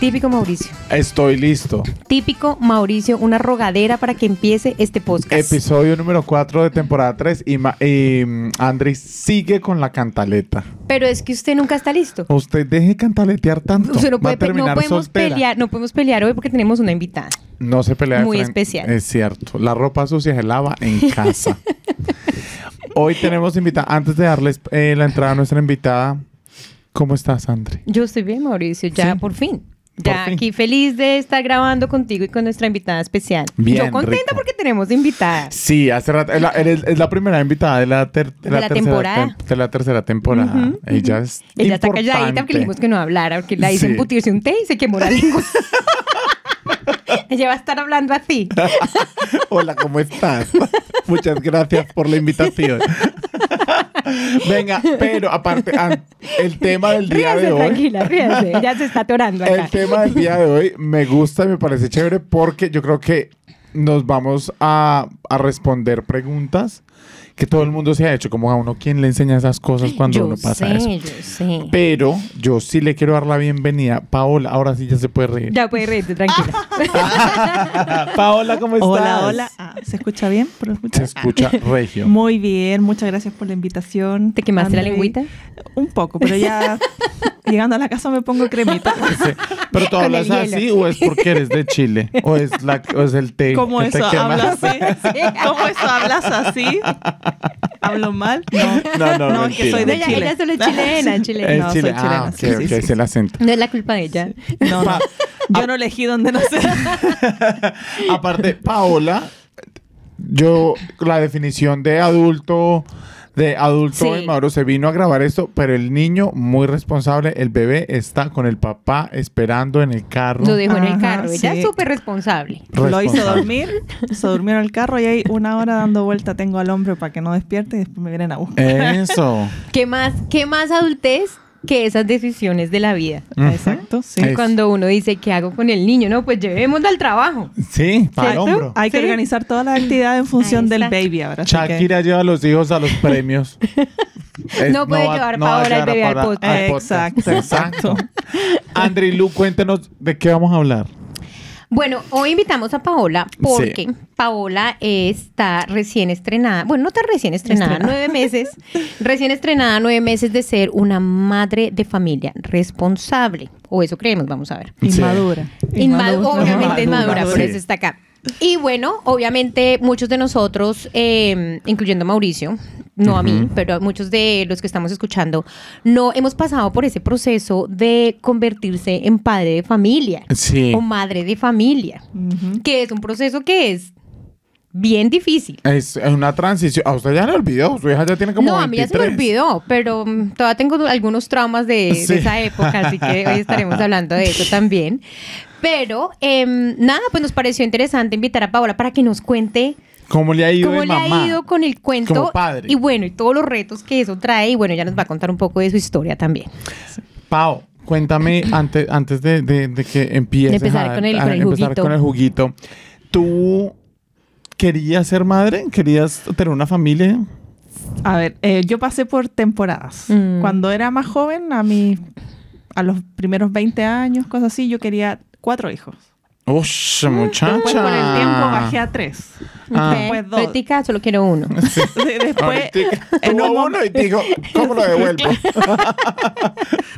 Típico Mauricio. Estoy listo. Típico Mauricio, una rogadera para que empiece este podcast. Episodio número 4 de temporada 3 y, Ma- y, mm, Andri sigue con la cantaleta. Pero es que usted nunca está listo. Usted deje cantaletear tanto. Usted no, Va puede a pe- no terminar podemos soltera. pelear, no podemos pelear hoy porque tenemos una invitada. No se pelea de Muy frente. especial. Es cierto. La ropa sucia se lava en casa. Hoy tenemos invitada. Antes de darles eh, la entrada a nuestra invitada, ¿cómo estás, Andri? Yo estoy bien, Mauricio, ya Sí. por fin. Por Ya fin. aquí feliz de estar grabando contigo y con nuestra invitada especial. Bien, Yo contenta rico. porque tenemos invitadas. Sí, hace rato. Es la, eres- es la primera invitada de la, ter- De la tercera temporada. tem- de la tercera temporada. Ujú, Ella es. Ella está importante. calladita porque le dijimos que no hablara, porque la hizo Sí. emputirse un té y se quemó la lengua. Ella va a estar hablando así. Hola, ¿cómo estás? Muchas gracias por la invitación. Venga, pero aparte, an- el tema del día Ríase, de hoy. tranquila, ríase. Ella se está atorando acá. ¿eh? El tema del día de hoy me gusta y me parece chévere porque yo creo que nos vamos a, a responder preguntas que todo el mundo se ha hecho, como a uno quién le enseña esas cosas cuando yo uno pasa sé, eso. yo sé. Pero yo sí le quiero dar la bienvenida. Paola, ahora sí ya se puede reír. Ya puede reírte, tranquila. Paola, ¿cómo estás? Hola, hola. Ah, ¿Se escucha bien? ¿Puedo Se escuchar? escucha regio. Muy bien, muchas gracias por la invitación. ¿Te quemaste la Andrei. lengüita? Un poco, pero ya llegando a la casa me pongo cremita. Sí. Pero tú Con el hablas así hielo. o es porque eres de Chile o es, la, o es el té. ¿Cómo que te eso quema? hablas así? Sí. ¿Cómo eso hablas así? ¿Hablo mal? No. No, no, No, es que mentira. soy de ella, Chile. ella solo es chilena, chilena. Es No, soy Chile. Ah, chilena, ok, Ah, sí, sí, ok, sí, es el acento. No es la culpa de ella. No, no. Yo no elegí donde no sé. Aparte, Paola, yo la definición de adulto, de adulto Sí. y Mauro se vino a grabar esto, pero el niño muy responsable, el bebé está con el papá esperando en el carro. Lo dejó en el Ajá, carro. Ella sí. es súper responsable. Lo hice responsable. dormir, se durmió en el carro y ahí una hora dando vuelta tengo al hombre para que no despierte y después me vienen a buscar. Eh, Eso. ¿Qué más, qué más adultez que esas decisiones de la vida? Exacto, sí. Es- Cuando uno dice, ¿qué hago con el niño? No, pues llevémoslo al trabajo. Sí, para el ¿Cierto? Ah, hombro. Hay que Sí. organizar todas las actividades en Ahí función del está. baby ahora. así que- Shakira lleva a los hijos a los premios. Es- No puede llevar va a Paola el llevar a bebé al Paola podcast. Exacto, exacto. Andri Lu, cuéntenos de qué vamos a hablar. Bueno, hoy invitamos a Paola porque Sí. Paola está recién estrenada, bueno, no está recién estrenada, Estrenada. nueve meses, recién estrenada, nueve meses de ser una madre de familia responsable, o eso creemos, vamos a ver. Inmadura. Inmadu- obviamente inmadura, por Sí. eso está acá. Y bueno, obviamente muchos de nosotros, eh, incluyendo a Mauricio, no a mí, pero muchos de los que estamos escuchando, no hemos pasado por ese proceso de convertirse en padre de familia Sí. o madre de familia, Ujú. que es un proceso que es bien difícil. Es es una transición. A usted ya le olvidó. Su hija ya tiene como no, a mí ya se me 23. olvidó, pero mm, todavía tengo du- algunos traumas de, de Sí. esa época, así que hoy estaremos hablando de eso también. Pero em, nada, pues nos pareció interesante invitar a Paola para que nos cuente ¿Cómo le ha ido cómo de le mamá? ha ido con el cuento Como padre. y bueno, y todos los retos que eso trae y bueno, ya nos va a contar un poco de su historia también. Pau, cuéntame antes, antes de, de- de que empieces De empezar a, con el- a con el empezar juguito. con el juguito. ¿Tú querías ser madre? ¿Querías tener una familia? A ver, eh, yo pasé por temporadas. Mm. Cuando era más joven, a mí, a los primeros 20 años, cosas así, yo quería cuatro hijos. ¡Ush, Después muchacha! por el tiempo bajé a tres. Ah. Ok. Pues dos. Ahoritica solo quiero uno. Después Ahorita en tuvo un uno y dijo, ¿cómo lo devuelvo?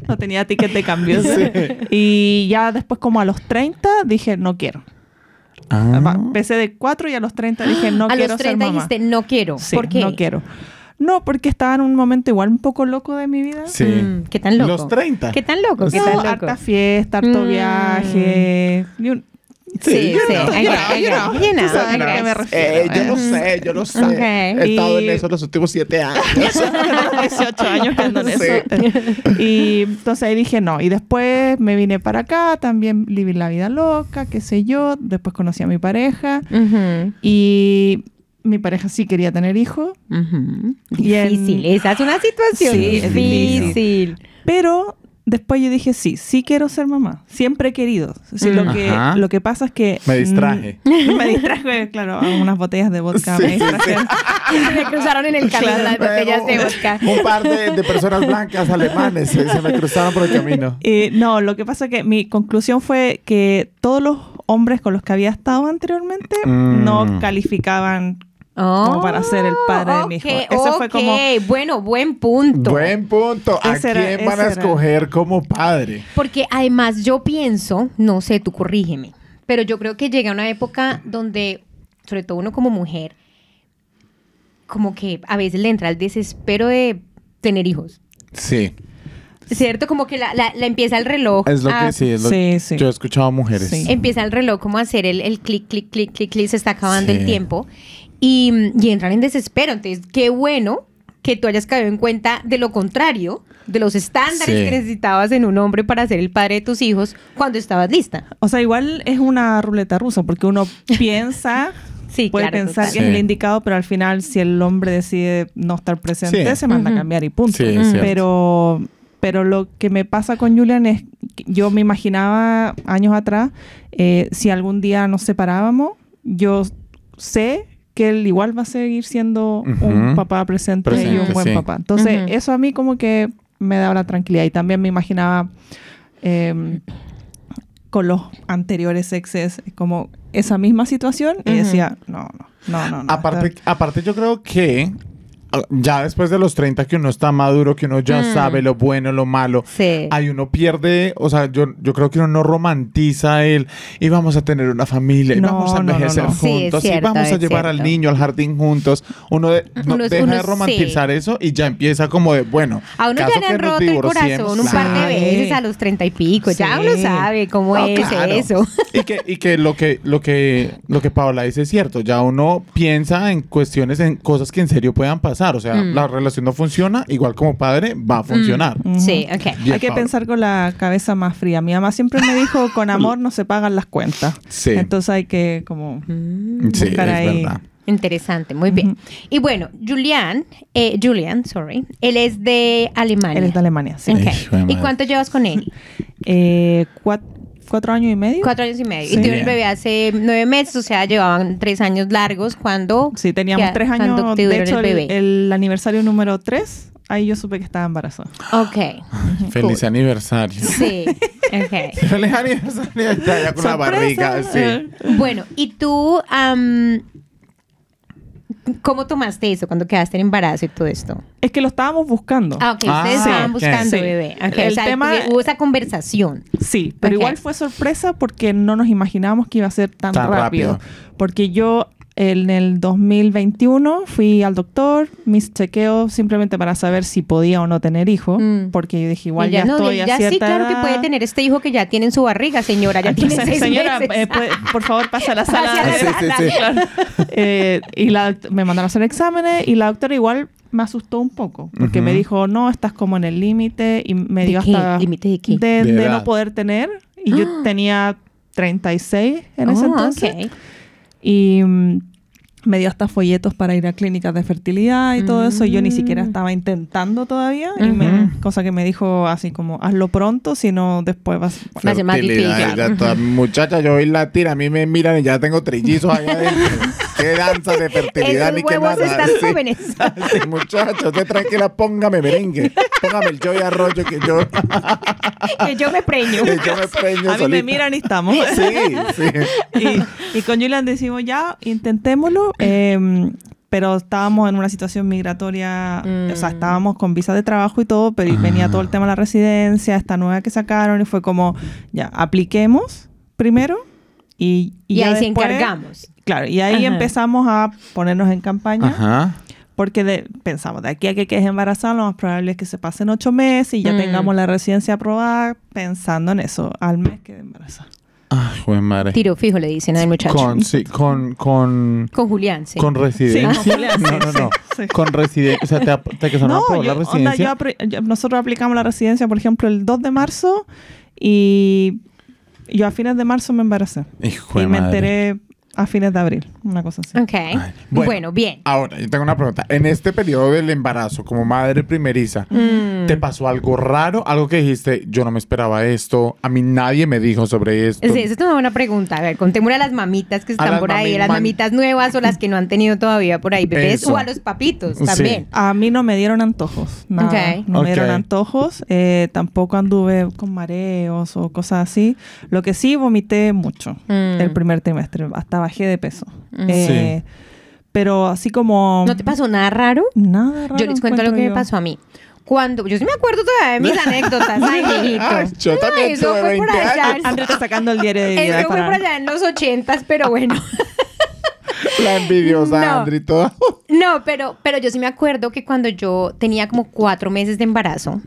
no tenía ticket de cambio. Sí. Y ya después, como a los 30, dije, no quiero. Ah. Va, Empecé de cuatro y a los 30 dije, no a quiero los ser 30 mamá. dijiste, no quiero. Sí, ¿Por qué? No quiero. No, porque estaba en un momento igual un poco loco de mi vida. Sí. Mm, ¿Qué tan loco? Los 30. ¿Qué tan loco? ¿Qué No, tan loco? harta fiesta, harto Mm. viaje. y un- Sí, you sí. know, you I got- know, I you got- know. you know, Tú I sabes a lo que got. me refiero, Eh, yo lo ¿eh? sé, yo lo sé. Ok. He estado en Y- eso los últimos 7 años. Tengo 18 años que ando en eso. Y entonces ahí dije no. Y después me vine para acá, también viví la vida loca, qué sé yo. Después conocí a mi pareja Ujú. y mi pareja sí quería tener hijos, Ujú. Y en- Difícil. Esa es una situación Sí, es difícil. pero después yo dije, sí, sí quiero ser mamá. Siempre he querido. Sí, lo, Mm. que, Ajá. lo que pasa es que... Me distraje. Mm, me distraje, claro, unas botellas de vodka. Sí, me sí, distrajeron. me cruzaron en el camino Ah, las botellas de vodka. Un par de, de personas blancas alemanes se, se me cruzaron por el camino. Eh, no, lo que pasa es que mi conclusión fue que todos los hombres con los que había estado anteriormente Mm. no calificaban. Como para ser el padre de mi hijo. Oh, ok, Eso fue ok. como- Bueno, buen punto. Buen punto. ¿A Ese era- quién van ese a era. escoger como padre? Porque además yo pienso, no sé, tú corrígeme, pero yo creo que llega una época donde, sobre todo uno como mujer, como que a veces le entra el desespero de tener hijos. Sí. ¿Cierto? Como que la, la- la empieza el reloj. Es lo a- que sí, es lo Ah, sí, sí. Yo he escuchado a mujeres. Sí. Empieza el reloj como a hacer el, el clic, clic, clic, clic, clic, se está acabando Sí. el tiempo. Y, y entran en desespero. Entonces, qué bueno que tú hayas caído en cuenta de lo contrario, de los estándares Sí. que necesitabas en un hombre para ser el padre de tus hijos cuando estabas lista. O sea, igual es una ruleta rusa, porque uno piensa, Sí, puede claro, pensar total. que es el Sí. indicado, pero al final, si el hombre decide no estar presente, Sí. se manda Ujú. a cambiar y punto. Sí, es cierto. pero, pero lo que me pasa con Julian es que yo me imaginaba años atrás, eh, si algún día nos separábamos, yo sé que él igual va a seguir siendo un Ujú. papá presente, y Presente, un buen sí. papá. Entonces, Ujú. eso a mí como que me da la tranquilidad. Y también me imaginaba eh, con los anteriores exes, como esa misma situación, y Ujú. decía, no, no, no, no. no, Aparte, está- aparte yo creo que ah, ya después de los 30 que uno está maduro, que uno ya Mm. sabe lo bueno, lo malo, Sí. ahí uno pierde, o sea, yo, yo creo que uno no romantiza el y vamos a tener una familia y No, vamos a no, no, envejecer no. Sí, es juntos y cierto, vamos a es llevar al cierto. niño al jardín juntos. Uno, de- no, Uno es- deja uno de es- romantizar eso y ya empieza como de, bueno, A uno caso ya le han que nos roto el divorciemos, corazón un par de claro. Sí. veces a los treinta y pico. Ya Sí. uno sabe cómo No, es claro. eso. Y que, y que lo que lo que lo que Paola dice es cierto, ya uno piensa en cuestiones, en cosas que en serio puedan pasar. O sea, Mm. la relación no funciona, igual como padre, va a funcionar. Ujú. Sí, ok. Bien, Hay que Pablo. pensar con la cabeza más fría. Mi mamá siempre me dijo, con amor no se pagan las cuentas. Sí. Entonces hay que como... sí, es buscar ahí. verdad. Interesante, muy bien. Ujú. Y bueno, Julian, eh, Julian, sorry, él es de Alemania. Él es de Alemania, sí. Ok. Hijo de ¿Y madre. cuánto llevas con él? Eh, cuat- cuatro años y medio. Cuatro años y medio. Sí. Y tuvieron el Bien. bebé hace nueve meses, o sea, llevaban tres años largos cuando... Sí, teníamos que- tres Cuando años. De tuvieron hecho, el el, bebé. el aniversario número tres, ahí yo supe que estaba embarazada. Ok, Feliz aniversario. sí, ok. Feliz aniversario ya, ya con la Sorpresa. Ah. barriga, sí. Bueno, ¿y tú am, cómo tomaste eso cuando quedaste en embarazo y todo esto? Es que lo estábamos buscando. Ah, ok, Ah, ustedes estaban ok. buscando Sí. bebé. Ok, El o sea, tema- tuve- hubo esa conversación. Sí, pero Ok. igual fue sorpresa porque no nos imaginábamos que iba a ser tan, Tan rápido. rápido. Porque yo en el 2021 fui al doctor, mis chequeos simplemente para saber si podía o no tener hijo, Mm. porque yo dije igual Y ya, no, estoy ya a sí, cierta claro que edad. puede tener este hijo que ya tiene en su barriga, señora, ya tiene Entonces, seis señora, meses. eh, puede- por favor, pasa a la Pase sala. a la Sí, sí, sala. sí. Eh, y la doct- me mandaron a hacer exámenes y la doctora igual me asustó un poco porque Ujú. me dijo, no, estás como en el límite y me ¿De dio qué? hasta... ¿Límite de qué? De, De de edad. no poder tener. Y yo tenía 36 en ese Oh, entonces. ok. Y mm, me dio hasta folletos para ir a clínicas de fertilidad y todo eso. Y yo ni siquiera Mm. estaba intentando todavía. y me- Ujú. cosa que me dijo así como, hazlo pronto, si no después vas... Va a ser más Fertilidad, difícil. ya está. Muchacha, yo vi la tira, a mí me miran y ya tengo trillizos allá adentro. qué danza de fertilidad Esos ni qué huevos nada. están Sí. jóvenes. Sí, muchachos, usted tranquila, póngame merengue. Póngame el yo y arroyo que yo, que yo me preño. que yo me preño A mí me solita. miran y estamos. Sí, sí. y, y con Julian decimos ya, intentémoslo. eh, pero estábamos en una situación migratoria, Mm. o sea, estábamos con visa de trabajo y todo, pero y venía todo el tema de la residencia, esta nueva que sacaron, y fue como, ya, apliquemos primero y, y Y ya ahí se después- encargamos. Claro, y ahí Ajá. empezamos a ponernos en campaña, Ajá. porque de- pensamos, de aquí a que quedes embarazada, lo más probable es que se pasen ocho meses y ya Mm. tengamos la residencia aprobada, pensando en eso, al mes quedé embarazada. Ay, buen madre. Tiro fijo, le dicen al muchacho. Con, Con, sí, con, con, Julián, sí. con residencia. Sí, con no, residencia, no, no. sí, sí. Con residencia. O sea, te, ap- te que No, por yo- la onda, residencia. yo apro- yo- nosotros aplicamos la residencia, por ejemplo, el 2 de marzo y yo a fines de marzo me embaracé. Hijo de y me madre. enteré a fines de abril, una cosa así. Ok. Ay, bueno. bien. Ahora, yo tengo una pregunta. En este periodo del embarazo, como madre primeriza, Mm. ¿te pasó algo raro? Algo que dijiste, yo no me esperaba esto, a mí nadie me dijo sobre esto. Sí, esa es una buena pregunta. A ver, contémosle a las mamitas que están las por ahí, mami- a las man- mamitas nuevas o las que no han tenido todavía por ahí bebés, Eso. o a los papitos Sí. también. A mí no me dieron antojos, nada. Ok. No me dieron Ok. antojos, eh, tampoco anduve con mareos o cosas así. Lo que sí, vomité mucho Mm. el primer trimestre, hasta bajé de peso. Mm. Eh, Pero así como... ¿No te pasó nada raro? Nada raro yo les cuento lo encuentro que me yo. pasó a mí. Cuando, yo sí me acuerdo todavía de mis anécdotas, ay, mijito. Ay, yo también eso tuve fue por 20 allá. años. Andrés está sacando el diario de Eso vida. fue por para- allá en los ochentas, pero bueno. La envidiosa No. Andri toda. No, pero, pero yo sí me acuerdo que cuando yo tenía como cuatro meses de embarazo,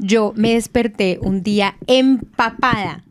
yo me desperté un día empapada,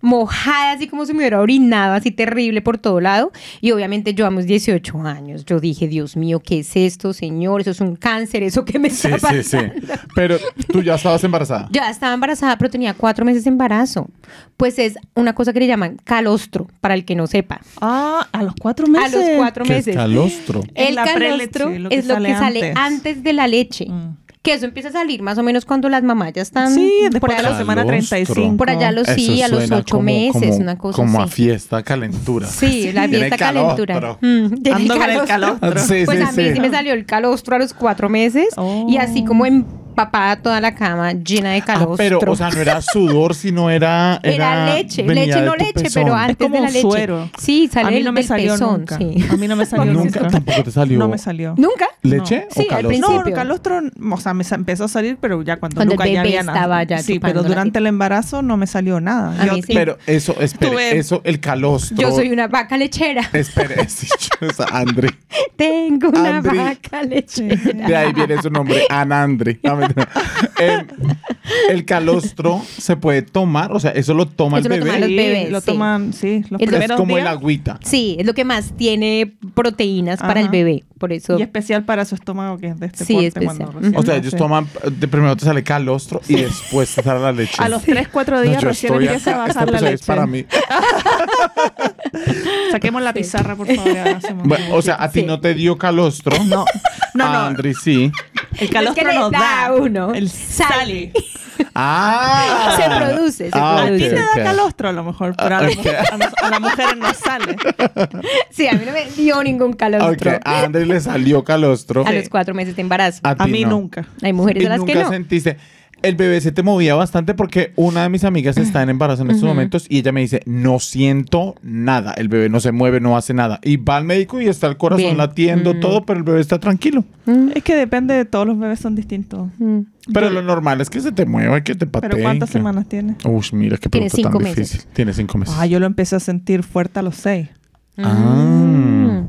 mojada, así como si me hubiera orinado, así terrible por todo lado. Y obviamente yo a mis 18 años, yo dije, Dios mío, ¿qué es esto, señor? Eso es un cáncer, ¿eso qué me Sí, está sí, pasando? sí. Pero tú ya estabas embarazada. Yo ya estaba embarazada, pero tenía cuatro meses de embarazo. Pues es una cosa que le llaman calostro, para el que no sepa. Ah, a los cuatro meses. A los cuatro ¿Qué es meses. calostro? Es El la calostro preleche, lo que es lo sale que sale antes. antes de la leche. Mm. Que eso empieza a salir más o menos cuando las mamás ya están Sí, por, después de allá la los, semana Calostro. 35. por allá los sí, Eso a los suena ocho como- meses, como- una cosa Como a así. fiesta calentura. Sí, la Tiene fiesta calostro. calentura. Mm, tiene Ando con el calostro. Sí, Pues sí, a mí sí. sí. me salió el calostro a los cuatro meses Oh. y así como empapada toda la cama llena de Ah, calostro. pero, o sea, no era sudor, sino era... era, leche, venía leche de no tu leche, pezón. pero antes Es como de la un leche. suero. Sí, sale a mí del- no me del salió pezón, nunca. sí. A mí no me salió Nunca, nunca. tampoco te salió. No me salió. ¿Nunca. ¿Leche Sí, o al calostro? principio. No, el calostro, o sea, me sa- empezó a salir, pero ya cuando, Cuando el Luca ya bebé había nacido. estaba ya Ah, Sí, chupando pero la durante teta. el embarazo no me salió nada. A Yo- mí sí. Pero eso, espere, Tuve- eso, el calostro... Yo soy una vaca lechera. Espere, sí, yo- o sea, Andri. Tengo una Andri. vaca lechera. De ahí viene su nombre, Anandri. No, mentira. Em, el calostro se puede tomar, o sea, eso lo toma Eso el lo toma bebé. los Sí, bebés, Lo sí. toman, sí, los Es es primeros como el días. agüita. Sí, es lo que más tiene proteínas para el Ajá. bebé. Por eso. Y especial para su estómago, que es de este Sí, porte especial. cuando Ujú. recién O sea, nace. ellos toman, de primero te sale calostro y después te sale la leche. A los 3, 4 No, días yo recién estoy empieza a acá, este bajar episodio la leche. es para mí. Saquemos la pizarra, por favor. ahora hacemos Bueno, un- o sea, a ti Sí. no te dio calostro. No, no, A no. Andri sí. El Es calostro que le nos da da, a uno. El Sale. sale. Ah. Se produce, se ok, A ti produce. te da ok. calostro a lo mejor, pero a la Ok. mujer- a nos- a las mujeres no sale. Sí, a mí no me dio ningún Ok, ah, calostro. a Andri le salió calostro. A los cuatro meses de embarazo. ti A mí no. Ah, nunca. Hay mujeres Y a las que nunca no. sentiste. El bebé se te movía bastante porque una de mis amigas está en embarazo en estos momentos y ella me dice, no siento nada, el bebé no se mueve, no hace nada. Y va al médico y está el corazón Bien. latiendo, Mm. todo, pero el bebé está tranquilo. Es que depende de todos los bebés, son distintos. Mm. Pero lo normal es que se te mueva y que te patee. ¿Pero cuántas que- semanas tiene? Uy, mira qué pregunta Tiene tan cinco meses. difícil. Tiene cinco meses. Ah, yo lo empecé a sentir fuerte a los seis. Ah.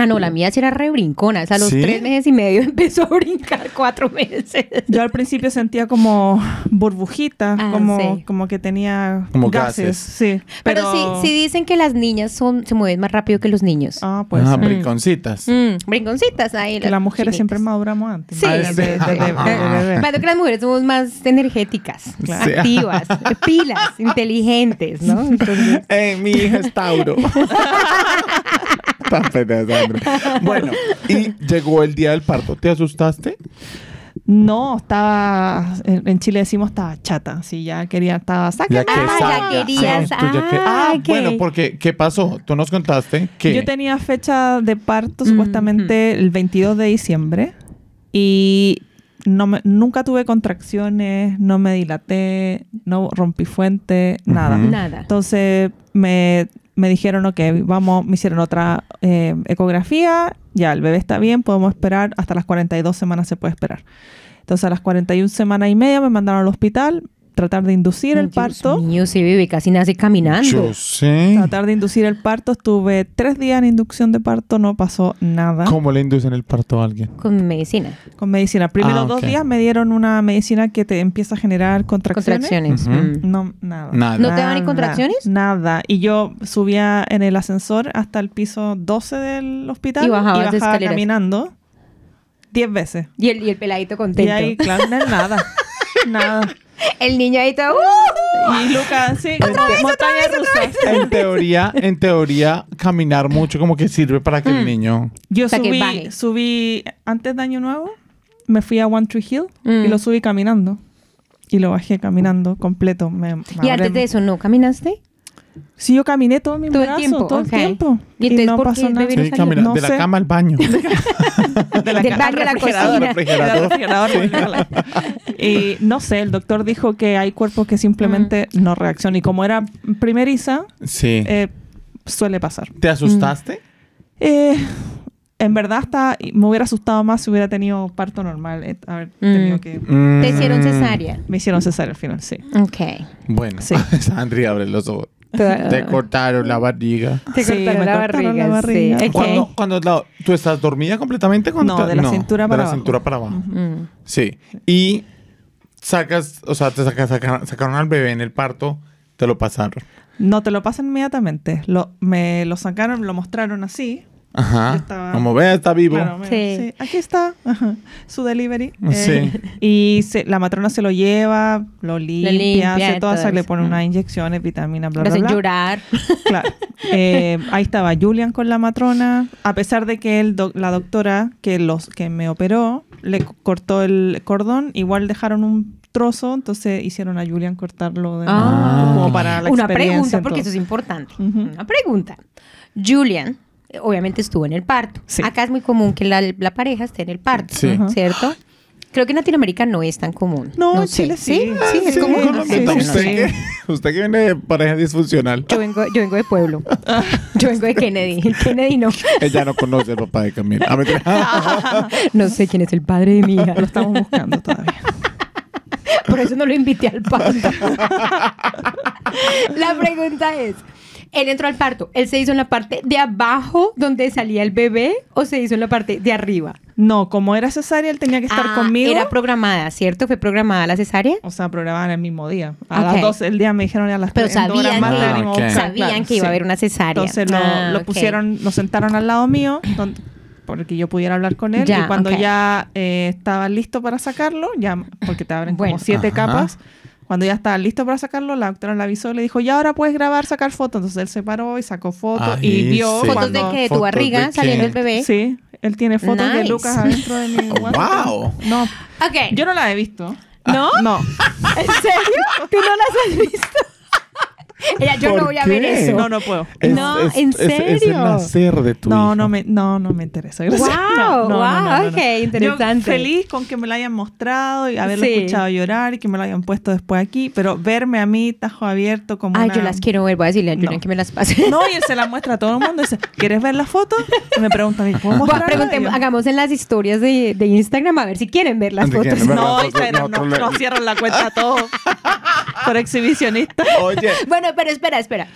Ah, no, la mía sí era re brincona. O sea, a los ¿Sí? tres meses y medio empezó a brincar cuatro meses. Yo al principio sentía como burbujita, Ah, como, sí. como que tenía Como gases. gases. Sí, Pero, sí, sí dicen que las niñas son, se mueven más rápido que los niños. Ah, pues Ah, ser. briconcitas. Mm, Brinconcitas ahí. que las mujeres siempre más. maduramos antes. Sí, Ah, sí, de- sí. de- de- de- Me parece que las mujeres somos más energéticas, Claro. Sí. activas, pilas, inteligentes, ¿no? Entonces, Eh, mi hija es Tauro. Tan pendeja, Sandra. Bueno, y llegó el día del parto. ¿Te asustaste? No, estaba, en en Chile decimos estaba chata, sí, ya quería, estaba, sáquenla. que Ah, ya salga. querías. Sí, tú ya que- Ah, Ah, ok. bueno, porque ¿qué pasó? Tú nos contaste que Yo tenía fecha de parto Mm, supuestamente el 22 de diciembre y no me- nunca tuve contracciones, no me dilaté, no rompí fuente, nada. Ujú. nada. Entonces me, me dijeron, ok, vamos, me hicieron otra eh, ecografía, ya el bebé está bien, podemos esperar, hasta las 42 semanas se puede esperar. Entonces a las 41 semanas y media me mandaron al hospital, tratar de inducir el Dios parto. mío, ese bebé casi nace caminando. yo sé Tratar de inducir el parto, estuve tres días en inducción de parto, no pasó nada cómo le inducen el parto a alguien. Con medicina, con medicina. Primero Ah, dos ok. días me dieron una medicina que te empieza a generar contracciones. contracciones. Ujú. mm. No, nada. Nada. ¿No te daban Nada, contracciones? Nada. Y yo subía en el ascensor hasta el piso 12 del hospital Y bajabas de escaleras. caminando 10 veces. Y, el, y el peladito contento. Y ahí, claro, no es nada. nada. El niño ahí está. ¡uh! Y Lucas, sí, Otra vez, otra vez, otra rusas. En teoría, en teoría, caminar mucho como que sirve para que el niño... Yo Para que subí, baje. subí antes de Año Nuevo, me fui a One Tree Hill Mm. y lo subí caminando. Y lo bajé caminando completo. Me, me Y ahorré- antes de eso, ¿no caminaste? Sí, yo caminé todo mi Todo el embarazo, tiempo, todo ok. el tiempo. ¿Y entonces por qué Sí, Pero salió- caminar no de la sé. cama al baño. de la Del ca- al baño a la refrigerador, cocina. Refrigerador. refrigerador, refrigerador. Y no sé, el doctor dijo que hay cuerpos que simplemente Mm. no reaccionan. Y como era primeriza, Sí. eh, suele pasar. ¿Te asustaste? Eh, en verdad, hasta me hubiera asustado más si hubiera tenido parto normal. eh, haber tenido Mm. que... Te hicieron Mm. cesárea. Me hicieron cesárea al final, sí. Ok. Bueno, Sí. Sandri abre los ojos. Ah. Te cortaron la barriga. Te Sí, cortaron me la cortaron barriga. la barriga. sí. Ok. Cuando, cuando la- tú estás dormida completamente cuando No, te- de la cintura para de la abajo. cintura para abajo. Mm. Sí. Y sacas, o sea, te saca- saca- sacaron al bebé en el parto, te lo pasaron. No te lo pasan inmediatamente. Lo, me lo sacaron, lo mostraron así. Ajá. Yo estaba- Como vea, está vivo. Claro, mira, Sí. sí, Aquí está ajá, su delivery. eh, Sí. Y se- la matrona se lo lleva, lo limpia, limpia, hace todo, todo eso, le eso. pone unas Mm. inyecciones, vitaminas, bla, Lo bla, hacen bla. llorar. Claro. Eh, ahí estaba Julian con la matrona. A pesar de que el doc- la doctora que, los, que me operó le co- cortó el cordón, igual dejaron un trozo, entonces hicieron a Julian cortarlo de nuevo, Ah. como para la Una experiencia, pregunta, porque eso entonces. es importante. Ujú. Una pregunta. Julian, eh, obviamente estuvo en el parto. Sí. Acá es muy común que la, la pareja esté en el parto, Sí. Ajá. ¿cierto? Creo que en Latinoamérica no es tan común. No, en sé. Chile sí. sí. Ah, Sí, es sí, común. Colombia. Sí, sí, sí, usted, sí. Que, usted que viene de pareja disfuncional. Yo vengo, yo vengo de pueblo. Yo vengo de Kennedy. Kennedy no. Ella no conoce al papá de Camila. Ah, mentira. No sé quién es el padre de mi hija. Lo estamos buscando todavía. Por eso no lo invité al parto. la pregunta es, él entró al parto, ¿él se hizo en la parte de abajo donde salía el bebé o se hizo en la parte de arriba? No, como era cesárea, él tenía que estar Ah, conmigo. Era programada, ¿cierto? ¿Fue programada la cesárea? O sea, programaban el mismo día. A Ok. las 12 del día me dijeron a las Pero 3, en dos horas sabían más que- la venimos a Ah, ok. buscar, Sabían pues, claro, que iba a sí. haber una cesárea. Entonces lo, Ah, lo ok. pusieron, nos sentaron al lado mío don- porque yo pudiera hablar con él. Ya, y cuando ok. ya eh, estaba listo para sacarlo, ya porque te abren Bueno. como siete Ajá. capas. Cuando ya estaba listo para sacarlo, la doctora le avisó, le dijo, ya ahora puedes grabar, sacar fotos. Entonces él se paró y sacó fotos Ahí y vio sí. Fotos cuando- de que de tu Fotos de barriga que- saliendo el bebé. Sí, él tiene fotos de Nice. Lucas adentro de mi WhatsApp. ¡Wow! No, Ok. yo no la he visto. ¿No? No. ¿En serio? ¿Tú no las has visto? Ella, yo ¿Por no voy a ver qué? eso. No, no puedo. No, ¿en Es, el serio? nacer de tu No, hijo. no me, no, no me interesa. Wow, gracias. No, no, no, wow, no, no, no. ok, interesante. Yo feliz con que me lo hayan mostrado y haberlo Sí. escuchado llorar y que me lo hayan puesto después aquí, pero verme a mí tajo abierto como Ay, una- yo las quiero ver, voy a decirle a Julian No. que me las pase. No, y él se las muestra a todo el mundo. y Dice, ¿quieres ver la foto? Y me pregunta a mí, ¿puedo Bueno, mostrarla? preguntemos, Y yo, hagamos en las historias de, de Instagram a ver si quieren ver las Si quieren fotos. ver. No, Nosotros- Instagram, no, nosotros le- no cierran la cuenta a todos por exhibicionista. Oye, Bueno, pero espera, espera.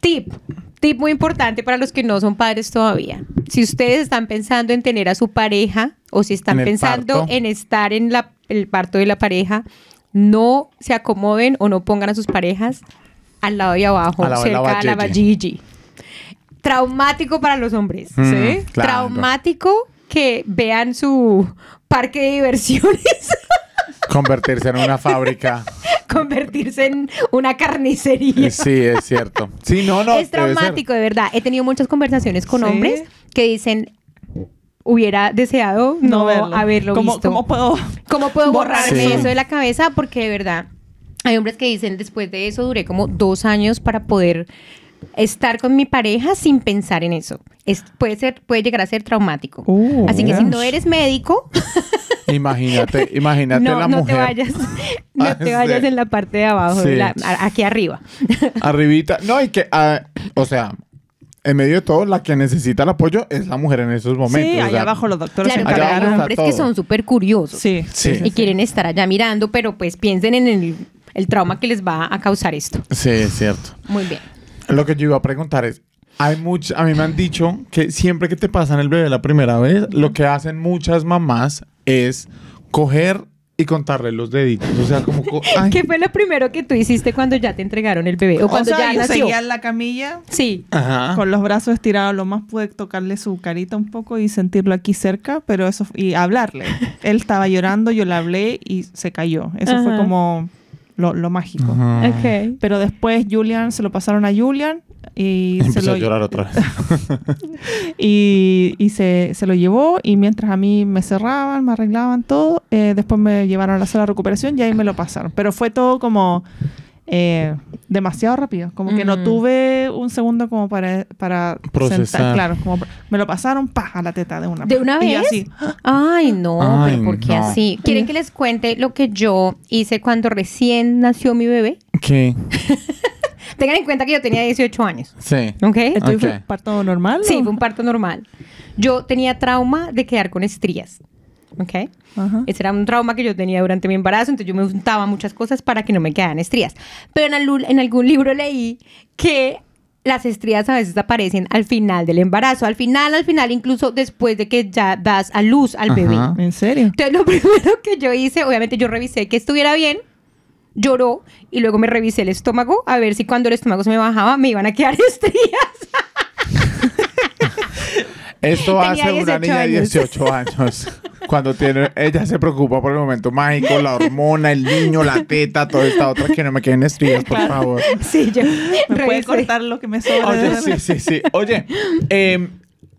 Tip, tip muy importante para los que no son padres todavía. Si ustedes están pensando en tener a su pareja o si están En el pensando parto. en estar en la- el parto de la pareja, no se acomoden o no pongan a sus parejas al lado de abajo, A la- a la cerca de la vajilla. vajilla. Traumático para los hombres, Mm, ¿sí? claro. Traumático que vean su parque de diversiones convertirse en una fábrica. convertirse en una carnicería. Eh, Sí, es cierto. Sí, no, no. es debe ser. traumático, de verdad. He tenido muchas conversaciones con Sí. hombres que dicen hubiera deseado no, haberlo ¿Cómo, visto. ¿Cómo puedo? ¿Cómo puedo borrarme Sí. eso de la cabeza? Porque de verdad, hay hombres que dicen después de eso duré como dos años para poder estar con mi pareja sin pensar en eso. Es, puede ser, puede llegar a ser traumático. Uh, Así que si gosh. no eres médico, Imagínate, imagínate no, la no mujer. Ah, te vayas, no Sí. te vayas en la parte de abajo, Sí. la- a- aquí arriba. Arribita. No, y que, ah, o sea, en medio de todo, la que necesita el apoyo es la mujer en esos momentos. sí, o ahí sea, abajo los doctores Claro, Allá se pero hay abajo encargaron. está hombres que todo. son súper curiosos Sí, Sí. y quieren estar allá mirando, pero pues piensen en el, el trauma que les va a causar esto. Sí, es cierto. Muy bien. Lo que yo iba a preguntar es, hay muchas, a mí me han dicho que siempre que te pasan el bebé la primera vez, lo que hacen muchas mamás es coger y contarle los deditos. O sea, como... co- ay, ¿Qué fue lo primero que tú hiciste cuando ya te entregaron el bebé o cuando o sea, ya yo nació? seguía en la camilla Sí. Ajá. con los brazos estirados lo más pude tocarle su carita un poco y sentirlo aquí cerca pero eso y hablarle él estaba llorando yo le hablé y se cayó eso fue Ajá. como lo, lo mágico. Ajá. Ok. Pero después Julian se lo pasaron a Julian y, se Empezó lo, a llorar otra vez. y, y se, se lo llevó y mientras a mí me cerraban, me arreglaban todo, eh, después me llevaron a la sala de recuperación y ahí me lo pasaron. Pero fue todo como eh, demasiado rápido, como que no Mm. tuve un segundo como para, para Procesar. sentar. Claro, como me lo pasaron pa, a la teta de una. ¿De pa. una Y vez? así. Ay, no, Ay, pero ¿por qué no. así? ¿Quieren que les cuente lo que yo hice cuando recién nació mi bebé? ¿Qué? Tengan en cuenta que yo tenía 18 años, Sí. ¿ok? Entonces, ¿Entonces ¿fue fue parto normal? Sí, fue un parto normal. Yo tenía trauma de quedar con estrías, ¿ok? Ese era un trauma que yo tenía durante mi embarazo, entonces yo me untaba muchas cosas para que no me quedaran estrías. Pero en, algún- en algún libro leí que las estrías a veces aparecen al final del embarazo, al final, al final, incluso después de que ya das a luz al bebé. Ajá. ¿En serio? Entonces lo primero que yo hice, obviamente yo revisé que estuviera bien, lloró y luego me revisé el estómago a ver si cuando el estómago se me bajaba me iban a quedar estrías. Esto Tenía hace una 18 niña de años. 18 años. Cuando tiene, ella se preocupa por el momento mágico, la hormona, el niño, la teta, toda esta otra que no me queden estrías, por favor. Sí, yo ¿Me puede revisé. cortar lo que me sobra? Oye, sí, sí, sí. Oye, eh,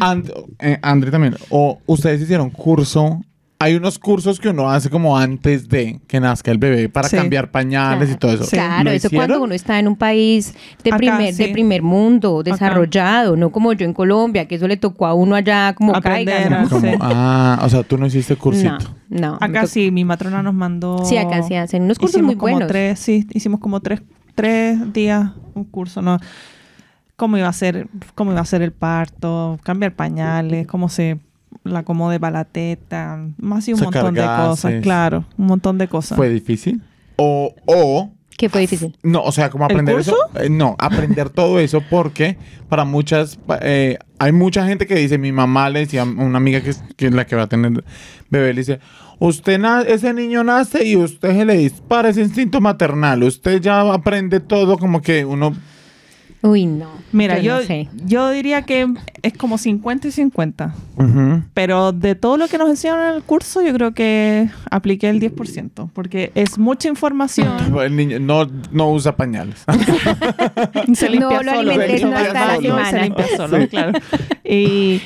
And- eh, André también, o ustedes hicieron curso. Hay unos cursos que uno hace como antes de que nazca el bebé para Sí. cambiar pañales y todo eso. Sí. Claro, ¿Lo eso hicieron? cuando uno está en un país de, Acá, primer, de sí. primer mundo, desarrollado, no como yo en Colombia, que eso le tocó a uno allá como Aprender, caiga. ¿no? ¿no? Como, Sí. ah, o sea, tú no hiciste No, cursito. no, me Acá tocó- sí, mi matrona nos mandó. Sí, acá sí hacen unos cursos hicimos muy como buenos. Tres, sí, hicimos como tres, tres días un curso, ¿no? Cómo iba a ser, cómo iba a ser el parto, cambiar pañales, cómo se la acomode para la teta, más y un Se montón de cosas, cargases. claro, un montón de cosas. ¿Fue difícil? O, o Que fue difícil. No, o sea, como ¿El aprender curso? eso. eh, no, aprender todo eso porque para muchas, pa- eh, hay mucha gente que dice, mi mamá le decía a una amiga que es, que es la que va a tener bebé, le dice, usted, na- ese niño nace y usted se le dispara ese instinto maternal, usted ya aprende todo como que uno... Uy, no. Mira, yo, no sé. yo diría que es como 50 y 50. Ujú. Pero de todo lo que nos enseñaron en el curso, yo creo que apliqué el 10%, porque es mucha información. El niño no, no usa pañales. se limpia No lo solo. alimentes, se no, limpia hasta la solo, semana. Se limpia solo, claro. Y,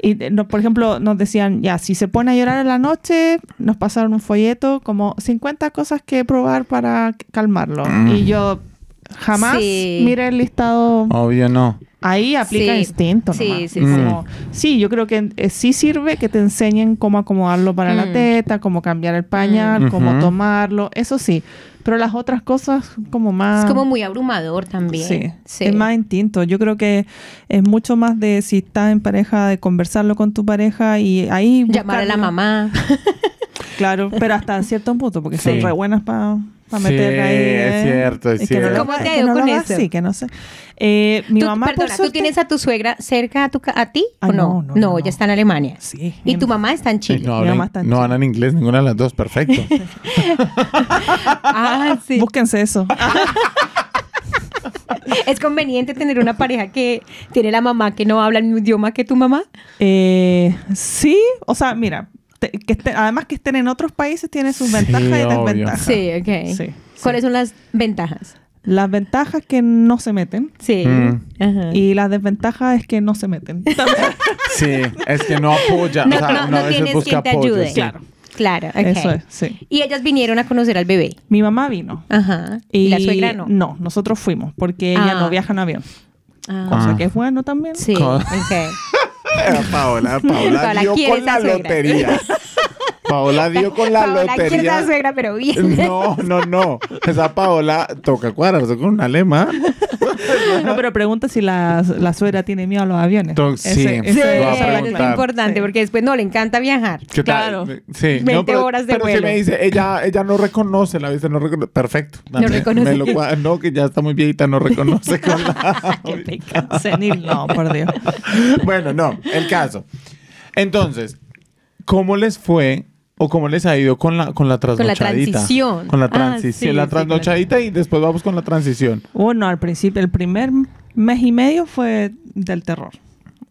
y, eh, no, por ejemplo, nos decían, ya, si se pone a llorar en la noche, nos pasaron un folleto como 50 cosas que probar para calmarlo. Mm. Y yo jamás Sí. miré el listado Obvio no. Ahí aplica Sí. instinto. Sí, nomás. sí, sí. Como- sí, yo creo que eh, sí sirve que te enseñen cómo acomodarlo para Mm. la teta, cómo cambiar el pañal, Mm. cómo Ujú. tomarlo, eso sí. Pero las otras cosas como más... Es como muy abrumador también. Ah. Sí, Sí. es más instinto. Yo creo que es mucho más de si estás en pareja, de conversarlo con tu pareja y ahí... Llamar a la buscarlo. mamá. Claro, pero hasta cierto punto, porque Sí. son re buenas para Sí, meter ahí... es eh. cierto, es que no lo- cierto. ¿Cómo te es ha que ido no lo con hagas, eso? Sí, que no sé. Eh, mi Tú- mamá, por perdona, ¿tú suerte- tienes a tu suegra cerca a, tu, ca- a ti Ah, o no? no, no, No, no, no. ya está en Alemania. Sí. Y mi- tu mamá está en Chile. No, Mi mamá hablan, está en no Chile. hablan inglés ninguna de las dos, perfecto. Ah, sí. Ah. Búsquense eso. ¿Es conveniente tener una pareja que tiene la mamá que no habla el mismo idioma que tu mamá? Eh, sí, o sea, mira, te- que esté- además que estén en otros países tiene sus Sí, ventajas y obvio. desventajas. Sí, ok. Sí, ¿Cuáles son las ventajas? Las ventajas que no se meten Sí. Mm. Ajá. y las desventajas es que no se meten. También. Sí, es que no apoya. no o sea, uno a no- no veces tienes busca quien te apoyo, ayude. sí. Claro. Claro, ok. Eso es, sí. Y ellas vinieron a conocer al bebé. Mi mamá vino. Ajá. Y, Y la suegra no. No, nosotros fuimos porque ella Ah. no viaja en avión. Ah, Ah. Cosa que es bueno también. Sí, Co- ok. Eh, Paola, Paola, Paola, dio ¿quién con es la la suegra? lotería. Paola dio con la Paola, ¿quién es la lotería. suegra, pero bien. No, no, no. Esa Paola toca cuadrarse con una lema. No, pero pregunta si la, la suegra tiene miedo a los aviones. To- sí. Sí, Lo voy a eso es preguntar. importante Sí. porque después no le encanta viajar. ¿Qué tal? Claro. Sí. 20 horas de pero si vuelo. me dice, ella, ella no reconoce, la viste, no reconoce. Perfecto. Dame- reconoce. me lo cua- no, que ya está muy viejita, no reconoce con ah, la... Qué pecado. Senil, no, por Dios. bueno, no, el caso. Entonces, ¿cómo les fue o cómo les ha ido con la, con la la trasnochadita? transición. Con la Ah, transición. sí, la sí, con la- trasnochadita y después vamos con la transición. Bueno, al principio, el primer mes y medio fue del terror.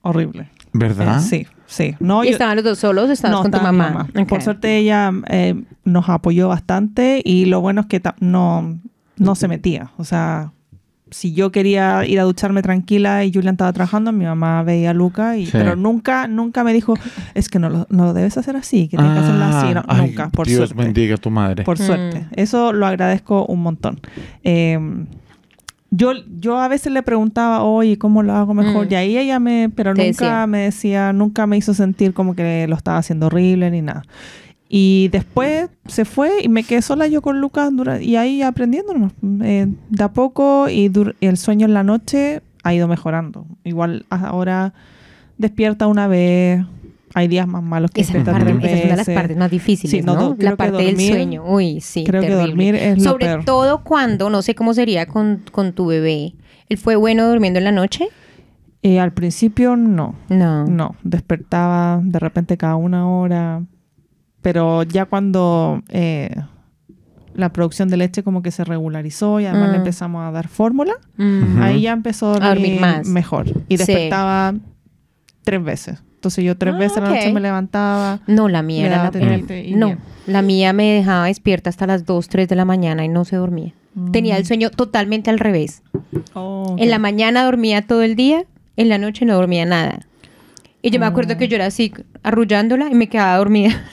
Horrible. ¿Verdad? Eh, sí. Sí. No, ¿Y yo- estaban los dos solos o estabas no, con tu estaba mi mamá? Ok. Por suerte ella eh, nos apoyó bastante y lo bueno es que ta- no, no se metía. O sea, si yo quería ir a ducharme tranquila y Julian estaba trabajando, mi mamá veía a Luca, y, Sí. pero nunca, nunca me dijo, es que no lo, no lo debes hacer así, que tienes que hacerlo así. No, Ah, ay, nunca, por Dios suerte. bendiga a tu madre. Por Mm. suerte. Eso lo agradezco un montón. Eh, yo, yo a veces le preguntaba, oye, ¿cómo lo hago mejor? Mm. Y ahí ella me, pero Te nunca decía. me decía, nunca me hizo sentir como que lo estaba haciendo horrible ni nada. Y después se fue y me quedé sola yo con Lucas dura- y ahí aprendiendo nomás. Eh, de a poco y dur- el sueño en la noche ha ido mejorando. Igual ahora despierta una vez, hay días más malos que Esa, es la despierta parte- tres esa es una de las veces. partes más difíciles, Sí, no, ¿no? do- creo La que parte del dormir- sueño. Uy, sí, creo que terrible. dormir es lo Sobre peor. todo cuando, no sé cómo sería con, con tu bebé. ¿Él fue bueno durmiendo en la noche? Eh, al principio no, No. no, despertaba de repente cada una hora, pero ya cuando eh, la producción de leche como que se regularizó y además Ah. le empezamos a dar fórmula, Mm. Ujú. ahí ya empezó a A dormir dormir más. mejor y Sí. despertaba tres veces. Entonces yo tres Ah, veces a la noche ok. me levantaba. No, la mía Le era daba la tenerte y No, bien. la mía me dejaba despierta hasta las 2, 3 de la mañana y no se dormía. Mm. Tenía el sueño totalmente al revés. En la mañana dormía todo el día, en la noche no dormía nada. Y yo me acuerdo que yo era así, arrullándola y me quedaba dormida.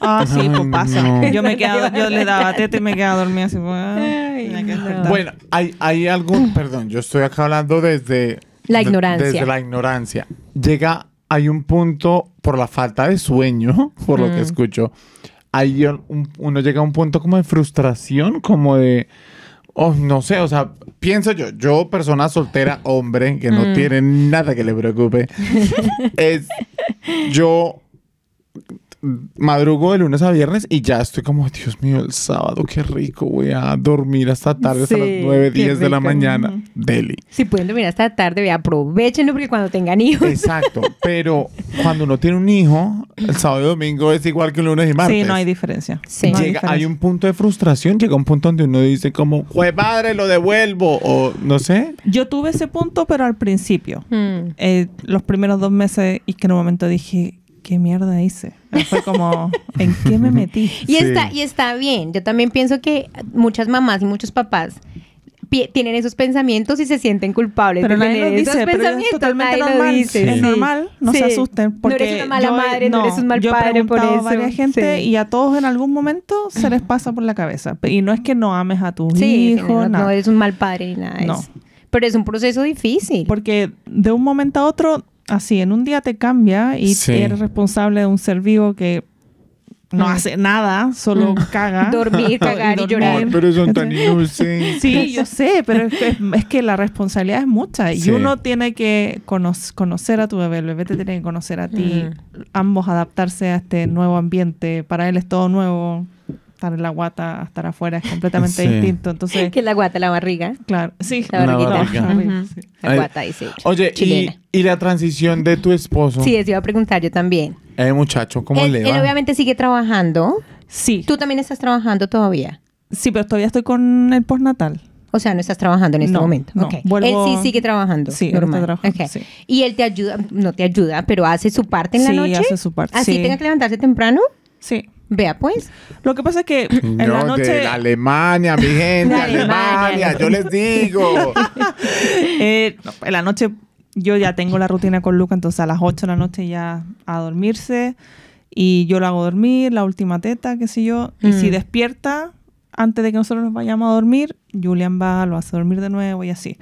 Ah, sí, pues Ay, pasa. Mm, no. Yo, me quedaba, yo le daba teta y me quedaba dormida así. ah, Ay, tenía que no. despertar. Bueno, hay, hay algún, perdón, yo estoy acá hablando desde Mm. La de- ignorancia. desde la ignorancia. Llega, hay un punto por la falta de sueño, por Mm. lo que escucho. Hay un- uno llega a un punto como de frustración, como de, oh, no sé, o sea, pienso yo, yo persona soltera, hombre, que no Mm. tiene nada que le preocupe, es, yo madrugo de lunes a viernes y ya estoy como, Dios mío, el sábado, qué rico, voy a dormir hasta tarde, hasta las Sí, 9, qué 10 de la rico. mañana. Deli. Si pueden dormir hasta tarde, aprovechenlo porque cuando tengan hijos. Exacto, pero cuando uno tiene un hijo, el sábado y domingo es igual que el lunes y martes. Sí, no hay diferencia. Sí. No hay Llega- hay diferencia. un punto de frustración, llega un punto donde uno dice como, ¡Jue madre, lo devuelvo! O no sé. Yo tuve ese punto, pero al principio. Mm. eh, los primeros dos meses y que en un momento dije, ¿qué mierda hice? Fue como, ¿en qué me metí? Y, Sí. está, y está bien. Yo también pienso que muchas mamás y muchos papás pi- tienen esos pensamientos y se sienten culpables. Pero de nadie lo tener esos dice, pero es pensamientos. totalmente Nadie lo normal. dice, Es sí. normal, no Sí. se asusten. Porque no eres una mala yo- madre, no, eres un mal yo he padre por preguntado eso. a varias gente Sí. y a todos en algún momento se les pasa por la cabeza. Pe- Y no es que no ames a tus Sí, sí, hijos, no, nada. no eres un mal padre ni nada de No. eso. Pero es un proceso difícil. Porque de un momento a otro, así, en un día te cambia y Sí. eres responsable de un ser vivo que no Mm. hace nada, solo caga. Dormir, cagar y llorar. Ay, pero son tan inocentes. Sí, yo sé, pero es que, es que la responsabilidad es mucha y Sí. uno tiene que cono- conocer a tu bebé, el bebé te tiene que conocer a ti, Mm. ambos adaptarse a este nuevo ambiente, para él es todo nuevo, estar en la guata, estar afuera es completamente Sí. distinto, entonces, Que la guata, la barriga. claro, sí, La La barriguita. barriga. Ujú. Sí. La Ay. guata, dice. ella, Oye, y, chilena. y la transición de tu esposo. Sí, eso iba a preguntar yo también. Eh, muchacho, ¿cómo él, le él va? obviamente sigue trabajando. Sí, Tú también estás trabajando todavía. sí, pero todavía estoy con el postnatal. O sea, no estás trabajando en este No, momento. no. Ok. Vuelvo- Él sí sigue trabajando. Sí, él está normal. trabajando, Ok. sí. Y él te ayuda, no te ayuda, pero hace su parte en la Sí, noche. hace su parte, Así sí. tenga que levantarse temprano. Sí. Vea pues. Lo que pasa es que en No, la noche de Alemania, mi gente, De Alemania. Alemania, yo les digo. Eh, no, en la noche yo ya tengo la rutina con Luca, entonces a las 8 de la noche ya a dormirse y yo lo hago dormir, la última teta, qué sé yo, y si Mm. despierta antes de que nosotros nos vayamos a dormir, Julian va, lo hace dormir de nuevo y así.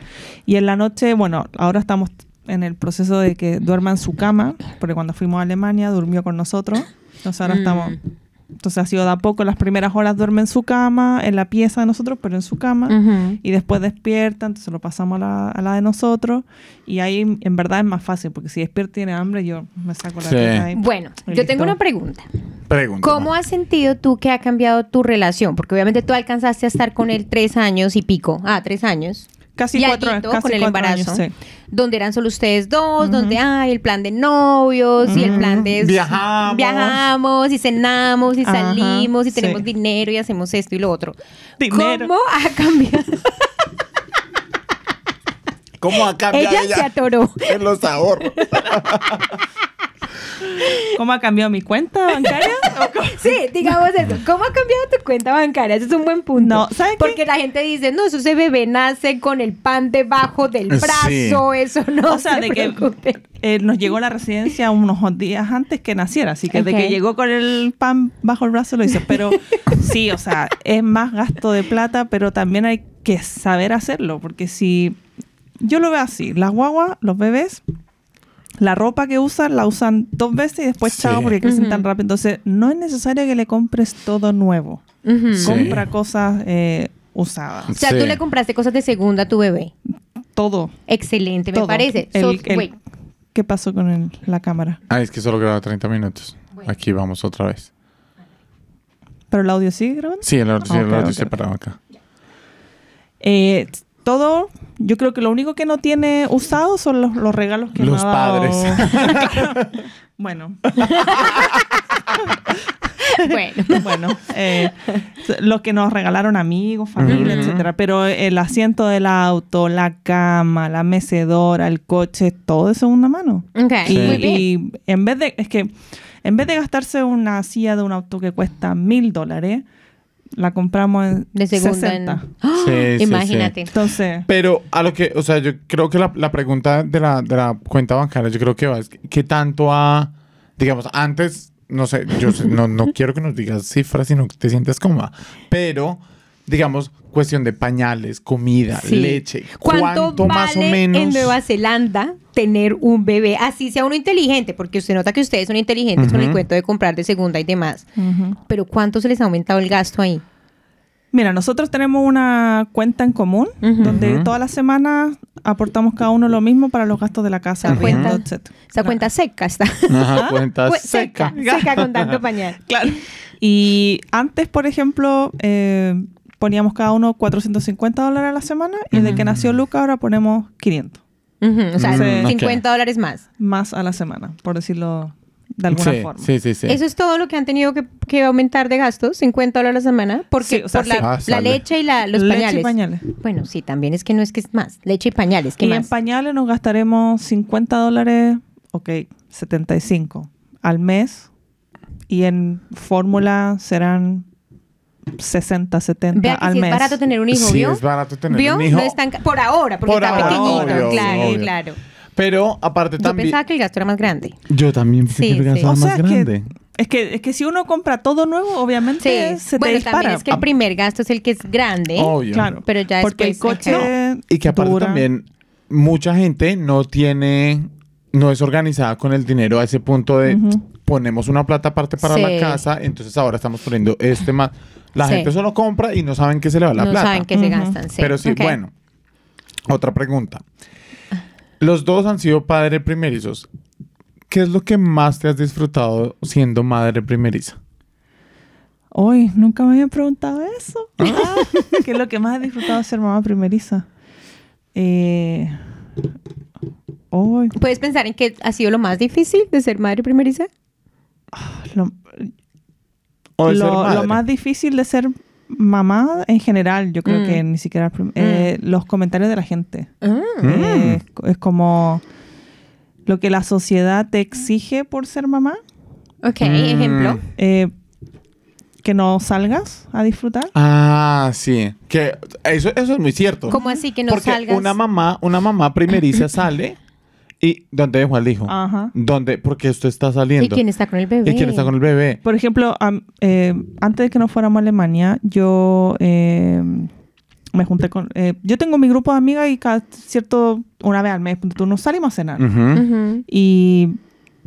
Y en la noche, bueno, ahora estamos en el proceso de que duerma en su cama, porque cuando fuimos a Alemania durmió con nosotros, entonces ahora Mm. estamos... Entonces ha sido de a poco, las primeras horas duerme en su cama, en la pieza de nosotros, pero en su cama Ujú. Ah. y después despierta, entonces lo pasamos a la, a la de nosotros y ahí en verdad es más fácil porque si despierta y tiene hambre yo me saco la Sí. teta ahí. Bueno, yo Y listo. tengo una pregunta. Pregunta. ¿Cómo has sentido tú que ha cambiado tu relación? Porque obviamente tú alcanzaste a estar con él tres años y pico. Ah, tres años. casi y cuatro alguito casi con el cuatro embarazo. años, sí. Donde eran solo ustedes dos, donde hay el plan de novios y el plan de... Ujú. Viajamos. Viajamos y cenamos y Ajá, salimos y sí. tenemos dinero y hacemos esto y lo otro. Dinero. ¿Cómo ha cambiado? ¿Cómo ha cambiado ella, se atoró. en los ahorros? ¿Cómo ha cambiado mi cuenta bancaria? ¿O cómo? Sí, digamos eso. ¿Cómo ha cambiado tu cuenta bancaria? Ese es un buen punto. No, ¿sabe qué? Porque la gente dice, no, eso ese bebé nace con el pan debajo del Sí. brazo, eso no o sea, se de que preocupe. eh, nos llegó a la residencia unos días antes que naciera, así que de Ok. que llegó con el pan bajo el brazo lo hizo. Pero sí, o sea, es más gasto de plata, pero también hay que saber hacerlo, porque si yo lo veo así, las guaguas, los bebés, la ropa que usan la usan dos veces y después Sí. chao porque crecen tan Ujú. rápido. Entonces, no es necesario que le compres todo nuevo. Ujú. Sí. Mm. Compra cosas eh, usadas, O sea, tú Sí. le compraste cosas de segunda a tu bebé. todo. Excelente, me todo. parece. El- So- el- wait. ¿Qué pasó con el- la cámara? Ah, es que solo graba 30 minutos. Aquí vamos otra vez. ¿Pero el audio sigue grabando? Sí, el audio, sí, el Ok, audio ok, separado acá. Eh, todo, yo creo que lo único que no tiene usado son los, los regalos que Los me ha dado- padres. Claro. bueno, Bueno. bueno, eh, los que nos regalaron amigos, familia, Ujú. etcétera. Pero el asiento del auto, la cama, la mecedora, el coche, todo de segunda mano. Ok, Sí. muy Y, bien. y en vez de, es que en vez de gastarse una silla de un auto que cuesta mil dólares, la compramos en De segunda en- 60. ¡Ah! Sí, sí, Imagínate. Entonces, Pero a lo que, o sea, yo creo que la, la pregunta de la, de la cuenta bancaria, yo creo que va, es que- qué tanto ha, digamos, antes, no sé, yo sé- no, no quiero que nos digas cifras, sino que te sientes cómoda, pero, digamos, cuestión de pañales, comida, Sí. leche, ¿Cuánto, ¿cuánto, vale más o menos? en Nueva Zelanda tener un bebé? Así sea uno inteligente, porque usted nota que ustedes son inteligentes con el Ujú. cuento de comprar de segunda y demás. ujú. Pero ¿cuánto se les ha aumentado el gasto ahí? Mira, nosotros tenemos una cuenta en común Ujú. donde Ujú. todas las semanas aportamos cada uno lo mismo para los gastos de la casa, Esa arriendo, cuenta- etc. Esa cuenta seca está. Ajá, cuentas Pues, seca, seca. seca con tanto pañal. Claro. Y antes, por ejemplo, eh, poníamos cada uno 450 dólares a la semana y desde que nació Luca ahora ponemos 500 Ujú, o sea, Mm, ok. 50 dólares más. más a la semana, por decirlo de alguna sí, forma. Sí, sí, sí. Eso es todo lo que han tenido que, que aumentar de gastos, 50 dólares a la semana, porque Sí, o sea, por la, sí. Ah, la sale. leche y la, los Leche y pañales. pañales. Bueno, sí, también es que no es que es más. Leche y pañales, ¿qué Y en más? pañales nos gastaremos 50 dólares, ok, 75 al mes. Y en fórmula serán 60, 70 Vea que al sí mes. es barato tener un hijo, Sí, ¿vio? es barato tener ¿Vio? un hijo. No es tan ca- por ahora, porque Por está ahora, pequeñito. obvio, claro, obvio. claro. Pero aparte Yo también... pensaba que el gasto era más grande. Yo también pensé Sí, que el sí. gasto era o sea, más es grande. que, es que es que si uno compra todo nuevo, obviamente Sí. se te bueno, dispara. también es que el primer gasto es el que es grande. Obvio. Claro. Pero ya pues, Porque el después, coche Y que aparte dura. también mucha gente no tiene, no es organizada con el dinero a ese punto de Ujú. ponemos una plata aparte para Sí. la casa, entonces ahora estamos poniendo este más. La Sí. gente solo compra y no saben qué se le va la no plata. saben que se Ujú. gastan. Sí. Pero sí, Ok. bueno. Otra pregunta. Los dos han sido padres primerizos. ¿Qué es lo que más te has disfrutado siendo madre primeriza? Hoy nunca me habían preguntado eso. Ah. ¿Qué es lo que más he disfrutado de ser mamá primeriza? Eh, hoy, ¿Puedes pensar en qué ha sido lo más difícil de ser madre primeriza? lo- ¿O de lo, ser lo madre? más difícil de ser mamá en general, yo creo Mm. que ni siquiera prim- eh, los comentarios de la gente. Mm. Eh, es, es como lo que la sociedad te exige por ser mamá, Ok, Mm. ejemplo. eh, que no salgas a disfrutar. Ah, sí. Que eso, eso es muy cierto. ¿Cómo así que no Porque salgas? Una mamá, una mamá primeriza sale y ¿dónde dejó al hijo? Ajá. ¿Dónde? Porque esto está saliendo. Ah. ¿Y quién está con el bebé? ¿Y quién está con el bebé? Por ejemplo, am- eh, antes de que nos fuéramos a Alemania, yo eh, me junté con... eh, yo tengo mi grupo de amigas y cada cierto, una vez al mes, ponte tú, nos salimos a cenar. Ujú. Ujú. Y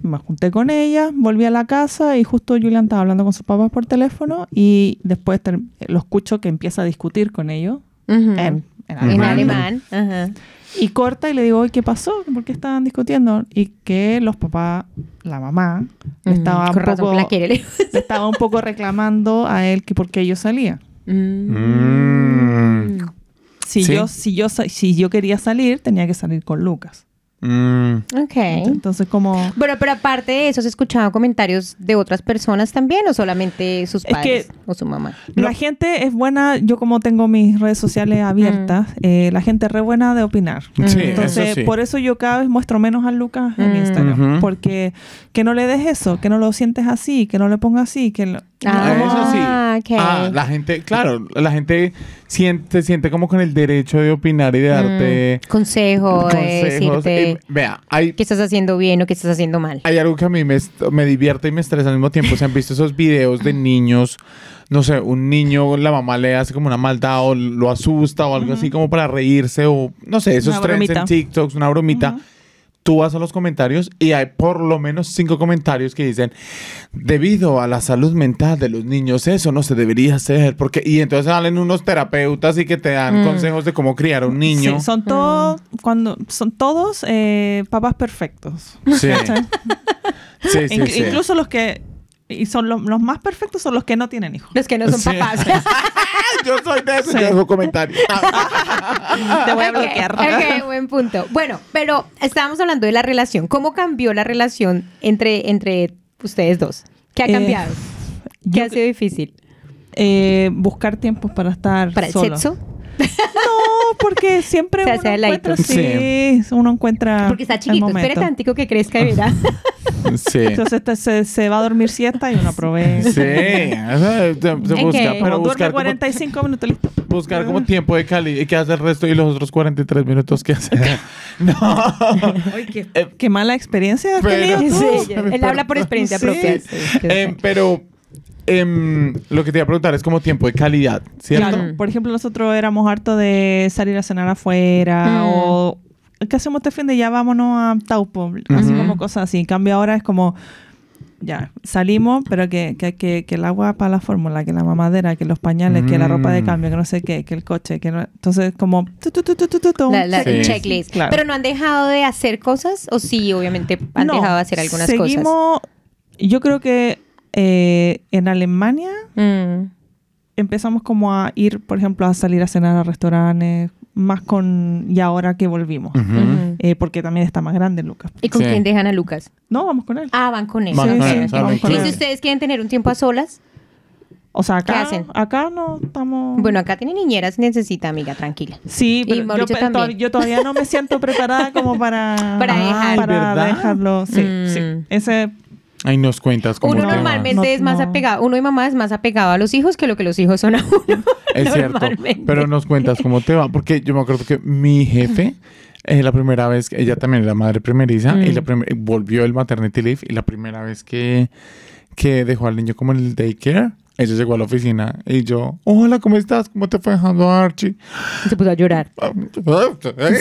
me junté con ella, volví a la casa y justo Julian estaba hablando con sus papás por teléfono y después ter- lo escucho que empieza a discutir con ellos Ujú. en, en Ujú. En alemán. alemán. Ajá. Y corta y le digo, "Oy, ¿qué pasó? ¿Por qué estaban discutiendo? Y que los papás, la mamá, le Mm, estaba, con un razón poco, que la quiere. lejos. le estaba un poco reclamando a él que por qué yo salía. Mm. Si, Sí. Mm. Mm. yo, si, yo, sa- si yo quería salir, tenía que salir con Lucas. Mm, Ok. Entonces, como... Bueno, pero aparte de eso, ¿has escuchado comentarios de otras personas también o solamente sus Es padres que- o su mamá? La gente es buena, yo como tengo mis redes sociales abiertas, eh, la gente es re buena de opinar. Sí, Entonces, Mm. eso sí. por eso yo cada vez muestro menos a Lucas en Mm. Instagram. Ujú. Porque que no le des eso, que no lo sientes así, que no le pongas así, que lo- Ah, eso sí. ok. Ah, la gente, claro, la gente siente, siente como con el derecho de opinar y de darte Mm, consejo, de consejos. decirte Eh, vea, hay, qué estás haciendo bien o qué estás haciendo mal. hay algo que a mí me, est- me divierte y me estresa al mismo tiempo. Se han visto esos videos de niños, no sé, un niño, la mamá le hace como una maldad o lo asusta o algo así como para reírse o no sé, esos Una trends en bromita. TikToks, una bromita. Tú vas a los comentarios y hay por lo menos cinco comentarios que dicen debido a la salud mental de los niños eso no se debería hacer porque y entonces salen unos terapeutas y que te dan Mm. consejos de cómo criar a un niño. Mm. Sí, son todos, cuando son todos eh, papás perfectos. Sí. ¿cachai? Sí, sí, Inclu- sí. Incluso los que y son los, los más perfectos son los que no tienen hijos. Los que no son Sí. papás. Yo soy de esos Sí. que hago comentarios. Ah, Te voy a Ok, bloquear. ok, buen punto. Bueno, pero estábamos hablando de la relación. ¿Cómo cambió la relación entre, entre ustedes dos? ¿Qué ha Eh, cambiado? ¿Qué yo- ha sido difícil? Eh, buscar tiempos para estar ¿Para el solo. sexo? No, porque siempre Se uno hace de ladito. encuentra, sí, uno encuentra Porque está Ah, el chiquito. Espere momento. Ah. tantico que crezca y verá. Sí. Entonces te- se, se va a dormir siesta y uno Sí, aprovecha. Eh, se, se Ok. busca, pero Como Como duerme buscar como, 45 minutos, listo. buscar Ah. como tiempo de calidad. ¿Qué hace el resto y los otros 43 minutos qué hace? no. qué, qué mala experiencia has Pero- tenido tú. Sí, él habla por experiencia Sí. propia. sí, que lo Em, sé. pero em, lo que te iba a preguntar es como tiempo de calidad, ¿cierto? Claro. Por ejemplo, nosotros éramos hartos de salir a cenar afuera Mm. o ¿qué hacemos este fin de ya vámonos a Taupo? Así Ujú. como cosas así. En cambio ahora es como ya, salimos, pero que, que, que, que el agua para la fórmula, que la mamadera, que los pañales, que la ropa de Mm. cambio, que no sé qué, que el coche, que no... Entonces como... tu, tu, tu, tu, tu, tu, tu, La, la- Sí. el checklist. Claro. Pero no han dejado de hacer cosas o sí, obviamente han No, dejado de hacer algunas cosas. seguimos, Yo creo que eh, en Alemania Mm. empezamos como a ir, por ejemplo, a salir a cenar a restaurantes, más con y ahora que volvimos. Ujú. Ujú. Eh, porque también está más grande Lucas. mm. ¿Y con Sí. quién dejan a Lucas? No, vamos con él. Ah, van con él. Van Sí, con sí, él, sí, salen vamos con con Y él. si él. ustedes quieren tener un tiempo a solas, O sea, ¿Qué acá, hacen? acá no estamos... bueno, acá tiene niñeras, necesita amiga, tranquila. Sí, Y pero yo, Mauricio pe- to- también. yo todavía no me siento preparada como para, Para dejar. para Ah, ¿verdad? dejarlo. Sí, Mm. sí. Ese Ahí nos cuentas cómo Uno te va. normalmente No, es más no. apegado, uno y mamá es más apegado a los hijos que lo que los hijos son a uno. Es cierto, normalmente. pero nos cuentas cómo te va, porque yo me acuerdo que mi jefe, eh, la primera vez, que ella también era madre primeriza, y Mm. la prim- volvió el maternity leave, y la primera vez que, que dejó al niño como en el daycare, ella llegó a la oficina y yo, hola, ¿cómo estás? ¿Cómo te fue dejando a Archie? Se puso a llorar.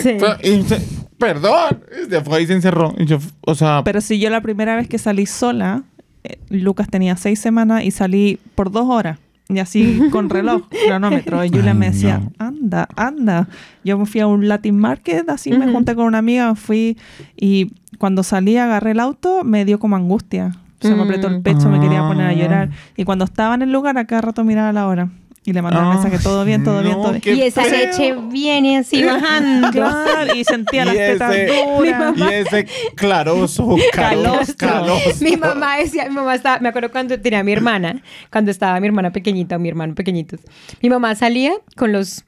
Sí. Y se- Perdón, y se fue y se encerró. Y yo, o sea, Pero si yo la primera vez que salí sola, eh, Lucas tenía seis semanas y salí por dos horas. Y así con reloj, cronómetro. Y Julia Ay, me decía, no. anda, anda. Yo me fui a un Latin Market, así me Ujú. junté con una amiga, fui y cuando salí agarré el auto, me dio como angustia. Se me apretó el Mm. pecho, me quería poner a Ah. llorar. Y cuando estaba en el lugar, a cada rato miraba la hora. Y le mandaba Ay, mensaje, todo bien, todo bien, Ah, no, todo bien. qué y esa feo. leche viene así bajando. Claro, y sentía Y las tetas ese- Mi duras. mamá y ese claroso, calos, Calostro. calos. Mi mamá decía, mi mamá estaba, me acuerdo cuando tenía a mi hermana, cuando estaba mi hermana pequeñita o mi hermano pequeñitos, mi mamá salía con los,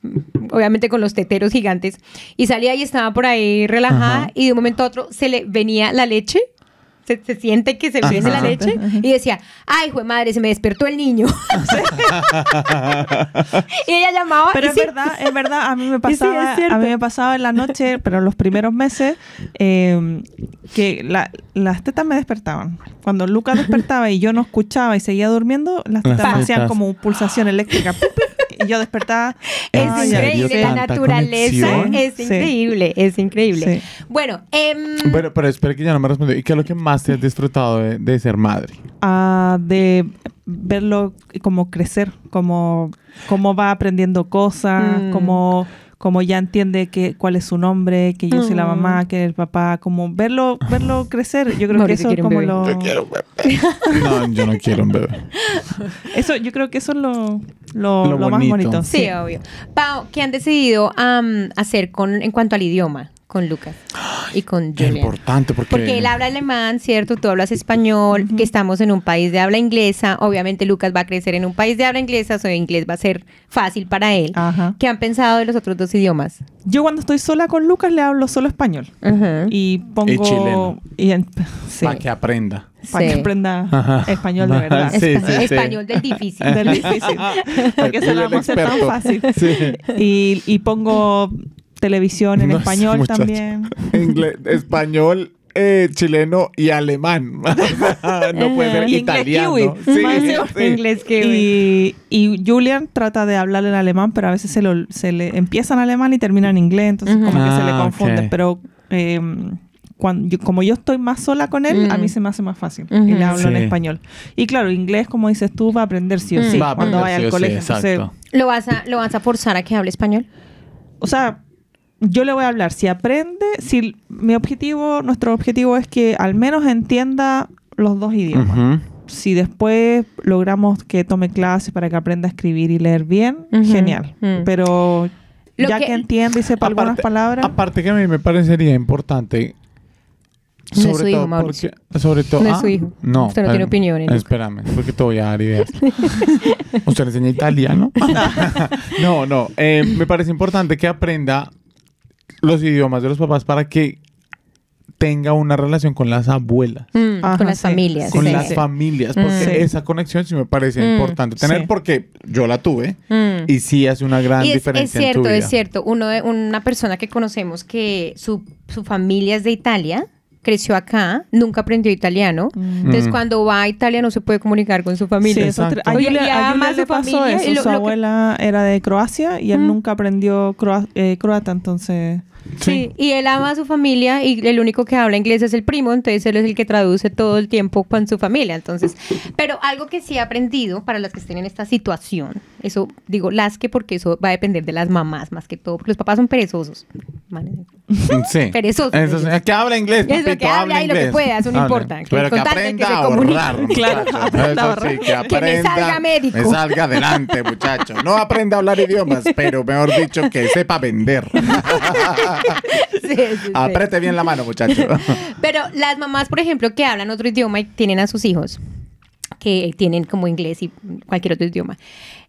obviamente con los teteros gigantes, y salía y estaba por ahí relajada, Ajá. y de un momento a otro se le venía la leche. Se, se siente que se le viene la Ajá. leche y decía, ay, hijo de madre, se me despertó el niño. y ella llamaba. Pero y es sí. verdad, es verdad, a mí me Y sí, pasaba, es cierto. a mí me pasaba en la noche, pero los primeros meses, eh, que la- las tetas me despertaban. Cuando Lucas despertaba y yo no escuchaba y seguía durmiendo, las Las tetas me hacían tetas. como pulsación eléctrica. Pip, pip, y yo despertaba. Es ¿En Ay, serio increíble, la tanta naturaleza conexión? es Sí. increíble, es increíble. Bueno, em, Pero, pero espera que ya no me respondió. ¿Y qué es lo que más te has disfrutado de, de ser madre? ah, de verlo como crecer, como cómo va aprendiendo cosas, Mm. como como ya entiende que cuál es su nombre, que yo soy la Mm. mamá, que el papá, como verlo verlo crecer, yo creo Mauricio que eso quiere es un como bebé. lo un bebé. No, yo no quiero un bebé. eso yo creo que eso es lo lo, Lo lo más bonito. bonito. Sí, obvio. Pau, ¿qué han decidido am, hacer con, en cuanto al idioma con Lucas? y con Qué Julian. importante porque... Porque él habla alemán, ¿cierto? Tú hablas español, que estamos en un país de habla inglesa. Obviamente Lucas va a crecer en un país de habla inglesa, su inglés va a ser fácil para él. Ajá. ¿Qué han pensado de los otros dos idiomas? Yo cuando estoy sola con Lucas le hablo solo español. Ajá. Y pongo... Y chileno. y en- sí. Para que aprenda. Para que Sí. aprenda Ajá. español de verdad. Sí, Espa- sí, sí. español del difícil. Del difícil. Porque se Él lo es vamos a hacer tan experto. fácil. Sí. Y, y pongo televisión en No, español muchacho. también. Ingle- español, eh, chileno y alemán. O sea, no puede ser Y inglés italiano. kiwi. Sí, Más sí. de Inglés que Y, y Julian trata de hablar en alemán, pero a veces se, lo- se le empieza en alemán y termina en inglés, entonces Ujú. como que se le Ah, confunde. ok. Pero eh, cuando yo- como yo estoy más sola con él, a mí Mm. se me hace más fácil. Ujú. Y le hablo en Sí. español. Y claro, inglés, como dices tú, va a aprender sí o Mm. sí Va a cuando aprender vaya sí al o sí, colegio. Entonces, exacto. ¿Lo vas, a, ¿Lo vas a forzar a que hable español? o sea, yo le voy a hablar. Si aprende, si mi objetivo, nuestro objetivo es que al menos entienda los dos idiomas. Ujú. si después logramos que tome clases para que aprenda a escribir y leer bien, Ujú. genial. Mm. pero Lo ya que, que- entiende y sepa algunas Aparte- palabras, Aparte que a mí me parecería importante. No es Sobre su hijo, todo Mauricio. porque- sobre todo, No es ah, su hijo. No. Usted no tiene eh, opiniones, Nico. Espérame, porque te voy a dar ideas. ¿Usted le enseña italiano? no, no. eh, me parece importante que aprenda los idiomas de los papás para que tenga una relación con las abuelas. Mm, Ajá, con las sí. familias. con sí, las sí. familias, porque Sí. esa conexión sí me parece Mm, importante tener sí. porque yo la tuve Mm. y sí hace una gran Y es, diferencia es cierto, en tu vida. es cierto. Uno de- una persona que conocemos que su, su familia es de Italia, creció acá, nunca aprendió italiano. Entonces, Mm. cuando va a Italia no se puede comunicar con su Sí, familia. eso Exacto. tra- a Oye, Julia- y ama a Julia a su le pasó familia, eso. y lo- su lo que- abuela era de Croacia y él nunca aprendió croa- eh, croata, entonces Sí, y él ama a su familia y el único que habla inglés es el primo, entonces él es el que traduce todo el tiempo con su familia. Entonces, pero algo que sí he aprendido para las que estén en esta situación, eso digo las que porque eso va a depender de las mamás más que todo, porque los papás son perezosos. Vale. Sí. Perezoso. Eso sí, que habla inglés. Eso, papito, que habla y lo que inglés. pueda, eso no Habla. importa, que Pero que con tal de que aprenda se a comunique. ahorrar. Claro, muchacho. aprenda a Eso sí, ahorrar. que Que aprenda. me salga médico. Me salga adelante, muchacho. No aprenda a hablar idiomas, pero mejor dicho, que sepa vender. Sí, sí, sí. Apriete bien la mano, muchacho. Pero las mamás, por ejemplo, que hablan otro idioma y tienen a sus hijos, que tienen como inglés y cualquier otro idioma,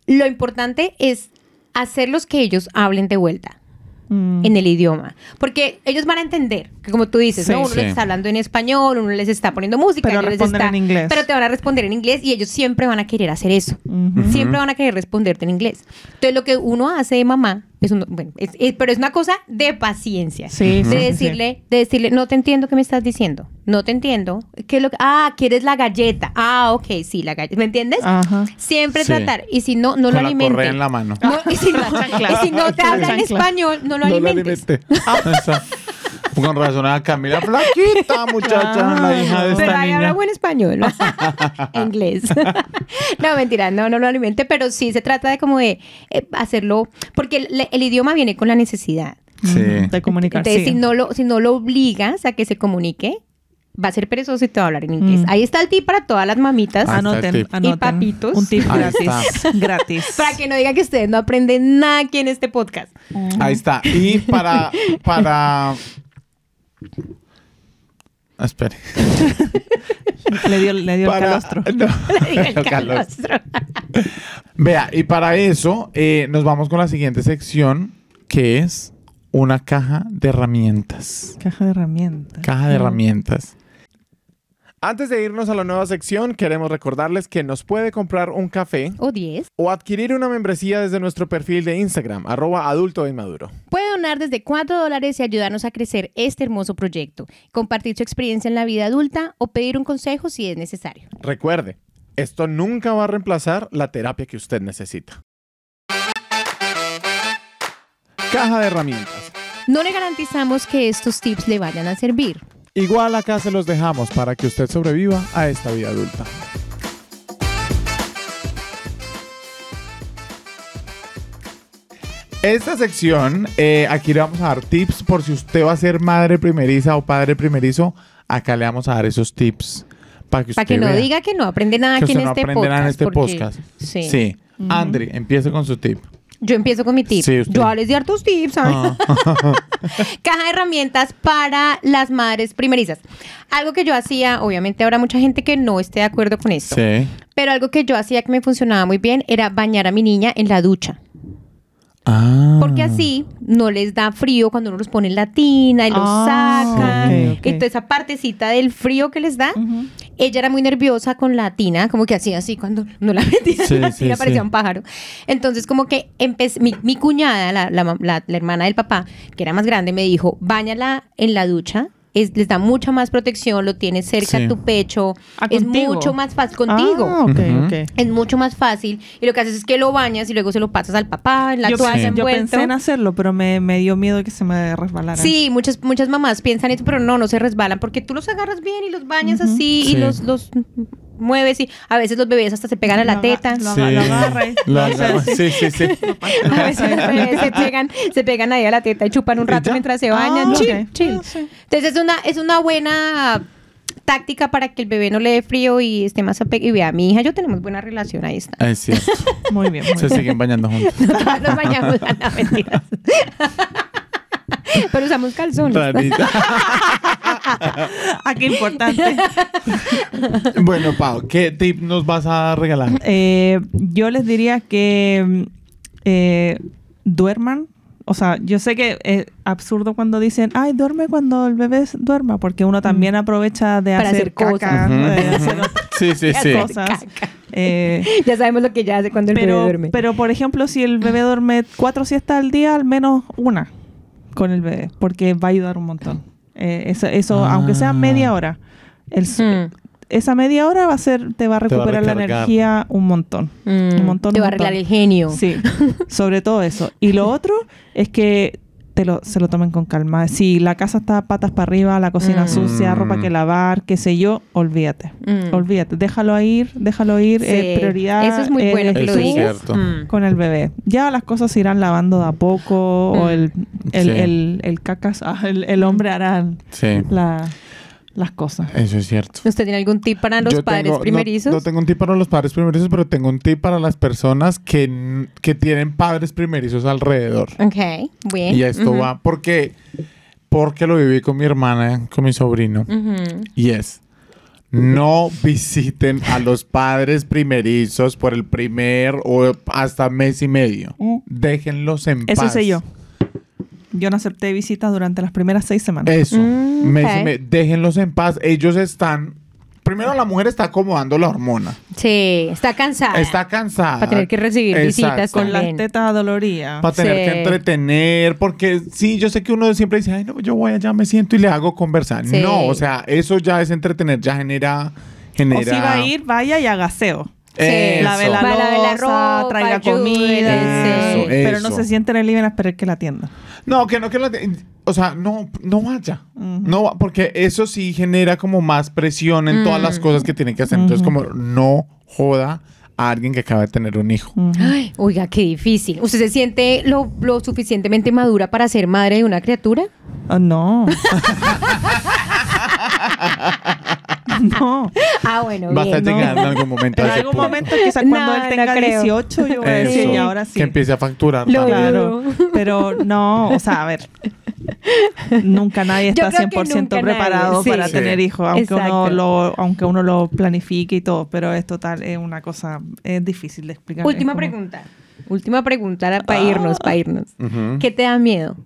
lo importante es hacerlos que ellos hablen de vuelta. mm, en el idioma. Porque ellos van a entender, que como tú dices, Sí. ¿no? uno Sí. les está hablando en español, uno les está poniendo música, Pero ellos les responden está- en inglés. Mm. Pero te van a responder en inglés y ellos siempre van a querer hacer eso. Ujú. Siempre van a querer responderte en inglés. Entonces lo que uno hace de mamá, es uno- bueno, es- es- pero es una cosa de paciencia. De sí, sí, sí, sí. decirle, de decirle, no te entiendo qué me estás diciendo. No te entiendo. ¿Qué es lo que- ah, quieres la galleta. Ah, ok, sí, la galleta. ¿Me entiendes? Ajá. Siempre Sí. tratar. Y si no, no Con lo la alimente. correa en la mano. No, y, si no, chancla. y si no te Con la habla en chancla. español, no lo alimentes. Ah. Esa- Con razón a Camila Flaquita, muchacha, la hija de Pero esta ahí niña. habla buen español. Inglés. no, mentira, no, no lo alimente, pero sí se trata de como de eh, hacerlo, porque el, el idioma viene con la necesidad. Mm, Sí. Mm. De comunicar, Entonces, sí. si, no lo, si no lo obligas a que se comunique, va a ser perezoso y te va a hablar en inglés. Mm. Ahí está el tip para todas las mamitas, Ah, Anoten, Ahí está el tip. anoten. Y papitos. Un tip Ahí gratis. gratis. para que no digan que ustedes no aprenden nada aquí en este podcast. Mm. Ahí está. Y para. para... Ah, Espere. Le dio, le dio el Para- calostro. no. Le digo el El calostro. calostro. Vea, y para eso eh, nos vamos con la siguiente sección que es una caja de herramientas. Caja de herramientas. Mm. Caja de herramientas. Antes de irnos a la nueva sección, queremos recordarles que nos puede comprar un café O 10. o adquirir una membresía desde nuestro perfil de Instagram, arroba adulto inmaduro. Puede donar desde 4 dólares y ayudarnos a crecer este hermoso proyecto, compartir su experiencia en la vida adulta o pedir un consejo si es necesario. Recuerde, esto nunca va a reemplazar la terapia que usted necesita. Caja de herramientas. No le garantizamos que estos tips le vayan a servir. Igual acá se los dejamos para que usted sobreviva a esta vida adulta. Esta sección, eh, aquí le vamos a dar tips por si usted va a ser madre primeriza o padre primerizo. Acá le vamos a dar esos tips para que usted Para que no vea diga que no aprende nada que aquí en usted no este aprende podcast. nada en este porque- podcast. Sí. Sí. Andri, empiece con su tip. Yo empiezo con mi tip. Sí, usted. Ah. Yo les di hartos tips. ¿saben? Caja de herramientas para las madres primerizas. Algo que yo hacía, obviamente habrá mucha gente que no esté de acuerdo con esto, Sí. pero algo que yo hacía que me funcionaba muy bien era bañar a mi niña en la ducha. Ah. Porque así no les da frío cuando uno los pone en la tina y los Ah, saca. ok, ok. Entonces, esa partecita del frío que les da, ella era muy nerviosa con la tina, como que hacía así cuando no la metía Sí, en la sí, tina, parecía sí. un pájaro. Entonces, como que empecé, mi, mi cuñada, la, la mam- la- la hermana del papá, que era más grande, me dijo: báñala en la ducha. es- les da mucha más protección, lo tienes cerca Sí. a tu pecho. Ah, es contigo. mucho más fácil contigo. Ah, ok, Ujú. ok. Es mucho más fácil. Y lo que haces es que lo bañas y luego se lo pasas al papá, en la yo, toalla pensé- yo envuelto. pensé en hacerlo, pero me, me dio miedo que se me resbalara. Sí, muchas, muchas mamás piensan esto, pero no, no se resbalan porque tú los agarras bien y los bañas así Sí. y los, los mueves y a veces los bebés hasta se pegan a Lo la aga- teta. lo Sí. aga- lo agarra y- Lo lo agarra. hace Sí, sí, sí. A veces los bebés se pegan, se pegan ahí a la teta y chupan un ¿Y rato ya? mientras se Ah, bañan. ok. Chill, chill. Ah, sí. Entonces es una, es una buena táctica para que el bebé no le dé frío y esté más apegado. Y vea, mi hija, yo tenemos buena relación, ahí Eh. está. Es cierto. Muy bien, muy Se bien. siguen bañando juntos. No todas nos bañamos, no, mentiras. Pero usamos calzones. Rarita. Ah, qué importante. Bueno, Pau, ¿qué tip nos vas a regalar? Eh, yo les diría que mm, eh, duerman. O sea, yo sé que es absurdo cuando dicen, ay, duerme cuando el bebé s- duerma, porque uno también aprovecha de Mm. Para hacer hacer, cosas. caca, Ujú, de ujú. hacer Sí, sí, sí. otras cosas. Eh, Ya sabemos lo que ella hace cuando el bebé pero, duerme. pero, por ejemplo, si el bebé duerme cuatro siestas al día, al menos una con el bebé, porque va a ayudar un montón. Eh, eso, eso Ah. aunque sea media hora, Mm, el, s- esa media hora va a ser, te Te va va a a recuperar la recargar. energía un montón. Un montón. Te va a un montón. arreglar mm, el genio. Sí, sobre todo eso. Y lo otro es que te lo, se lo tomen con calma. Si la casa está patas para arriba, la cocina Mm. sucia, ropa que lavar, qué sé yo, olvídate. Mm. Olvídate. Déjalo ir, déjalo ir. Sí. eh, prioridad. Eso es muy eres bueno que Eso lo es tú digas. cierto. Mm. Con el bebé. Ya las cosas se irán lavando de a poco. Mm. O el, el, Sí. el- el cacas, ah, el, el hombre hará Sí, Eh, la- las cosas. eso es cierto. ¿Usted tiene algún tip para los Yo padres tengo- no- primerizos? No, tengo un tip para los padres primerizos, pero tengo un tip para las personas que, n- que tienen padres primerizos alrededor. Ok, bien. Y esto va porque, porque lo viví con mi hermana, con mi sobrino. Ujú. Y es, no visiten a los padres primerizos por el primer o hasta mes y medio. Mm. Déjenlos en Eso paz. hice yo. Yo no acepté visitas durante las primeras seis semanas. Eso. Mm, Mes y ok. me- déjenlos en paz. Ellos están... Primero la mujer está acomodando la hormona. Sí, está cansada. Está cansada. Ah. Para tener que recibir visitas con las Bien. tetas doloridas. Para tener Sí. que entretener, porque sí, yo sé que uno siempre dice, ay, no, yo voy allá, me siento y le hago conversar. Sí. No, o sea, eso ya es entretener, ya genera. genera O si va a ir, vaya y agaseo. Eso. Lave la Va, lave la loza, ropa, traiga ayude, comida. eh, sí. Eso, Pero no eso. se sienten en el living a esperar que la atienda. No, que no, que la. O sea, no, no vaya. Ujú. No, va- porque eso sí genera como más presión en todas las Mm. cosas que tiene que hacer. Entonces, Ujú. como no joda a alguien que acaba de tener un hijo. Ay, oiga, qué difícil. ¿Usted se siente lo, lo suficientemente madura para ser madre de una criatura? Ah, no. no. Ah, bueno, Vas a bien. no. llegar en algún momento. a En ese algún punto. momento, quizás cuando No, él no tenga creo. 18, yo voy a decir, pues, Eso, y ahora sí. Que empiece a facturar. Lo- también. Claro. Pero no, o sea, a ver. Nunca nadie Yo está creo que 100% nunca nadie, preparado sí. para Sí. tener hijos, aunque Exacto. uno, lo, aunque uno lo planifique y todo, pero es total, es una cosa, es difícil de explicar. Última Es como- pregunta. Última pregunta para irnos, para irnos. Ujú. ¿Qué te da miedo?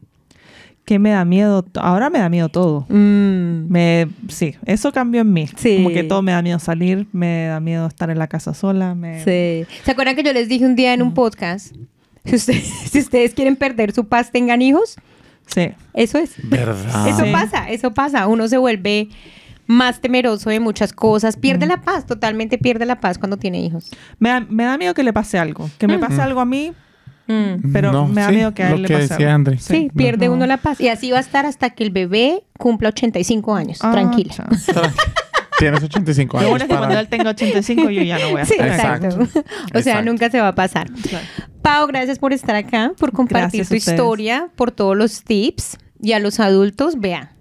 ¿Qué me da miedo? Ahora me da miedo todo. Mm, Me, sí, eso cambió en mí. Sí. Como que todo me da miedo salir, me da miedo estar en la casa sola. Me... sí. ¿Se acuerdan que yo les dije un día en un podcast? Si ustedes, si ustedes quieren perder su paz, tengan hijos. Sí. Eso es. ¿Verdad? Eso Sí. pasa, eso pasa. Uno se vuelve más temeroso de muchas cosas. Pierde la paz, totalmente pierde la paz cuando tiene hijos. Me da, me da miedo que le pase algo. Que me pase algo a mí, Mm. pero No, me da sí, miedo que a lo él le que pase decía algo. André. Sí, pierde uno la paz. Y así va a estar hasta que el bebé cumpla 85 años. Ah, tranquila. chao. Tienes 85 Lo años. bueno es que cuando para- él tenga 85 yo ya no voy a Sí, estar. exacto. Exacto. O sea, Exacto. nunca se va a pasar. Claro. Pau, gracias por estar acá, por compartir Gracias a tu ustedes. historia, por todos los tips. Y a los adultos, vea,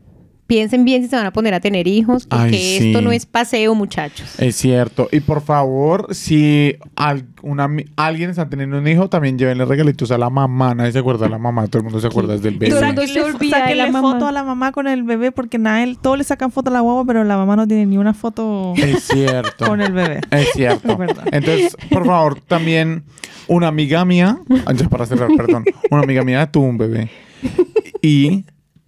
Piensen bien si se van a poner a tener hijos, Ay, porque sí. Eh, esto no es paseo, muchachos. Es cierto. Y por favor, si al- una mi- alguien está teniendo un hijo, también llévenle regalitos a la mamá. Nadie se acuerda de la mamá. Todo el mundo se acuerda del Todo el bebé. mundo se olvida de Sáquenle la mamá. foto a la mamá con el bebé porque nada, él- todos le sacan foto a la guagua, pero la mamá no tiene ni una foto Es cierto. con el bebé. Es cierto. Es verdad. Entonces, por favor, también una amiga mía, ah, ya para cerrar, perdón, una amiga mía tuvo un bebé y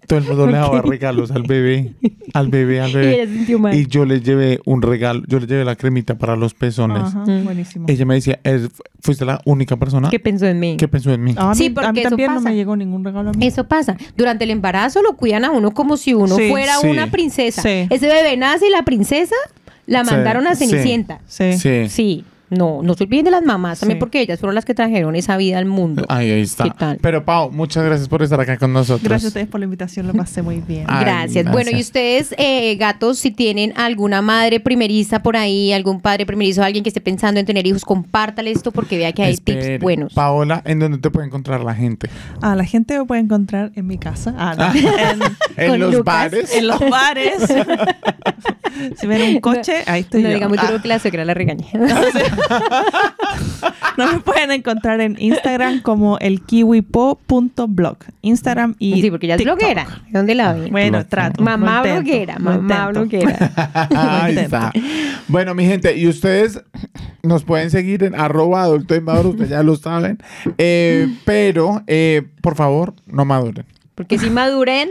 todo el mundo le daba regalos al bebé, al bebé, al Y ella se bebé. sintió mal. Y yo le llevé un regalo, yo le llevé la cremita para los pezones. Ajá, Mm. buenísimo. Ella me decía, "Es- fuiste la única persona ¿Qué pensó en mí? que pensó en mí. Ah, a mí- Sí, a porque mí eso también no pasa. me llegó ningún regalo a mí. Eso pasa. Durante el embarazo lo cuidan a uno como si uno Sí, fuera sí. una princesa. Sí. Ese bebé nace y la princesa la Sí, mandaron a sí. Cenicienta. Sí. Sí. Sí, no, no se olviden de las mamás también Sí. porque ellas fueron las que trajeron esa vida al mundo. Ahí, ahí está. ¿Qué tal? Pero Pau, muchas gracias por estar acá con nosotros. Gracias a ustedes por la invitación, lo pasé muy Ah. bien. Ay, Gracias. Bueno, y gracias. ustedes, eh, gatos, si tienen alguna madre primeriza por ahí, algún padre primerizo, alguien que esté pensando en tener hijos, compártale esto porque vea que hay Espere. tips buenos. Paola, ¿en dónde te puede encontrar la gente? Ah, la gente me puede encontrar en mi casa. Ah, no. en, En Con los Lucas, bares. en los bares. si ven un coche, ahí estoy No yo. digamos, yo Ah, creo que la suegra la regañé. no me pueden encontrar en Instagram como el kiwipo.blog. Instagram y sí, porque ella es TikTok. bloguera. ¿De ¿Dónde la vi? Bueno, Blog. trato. Mamá lo intento, bloguera, lo mamá intento. bloguera. Ahí está. Bueno, mi gente, y ustedes nos pueden seguir en arroba adulto y maduro, ustedes ya lo saben. Eh, pero, eh, por favor, no maduren. Porque si maduren,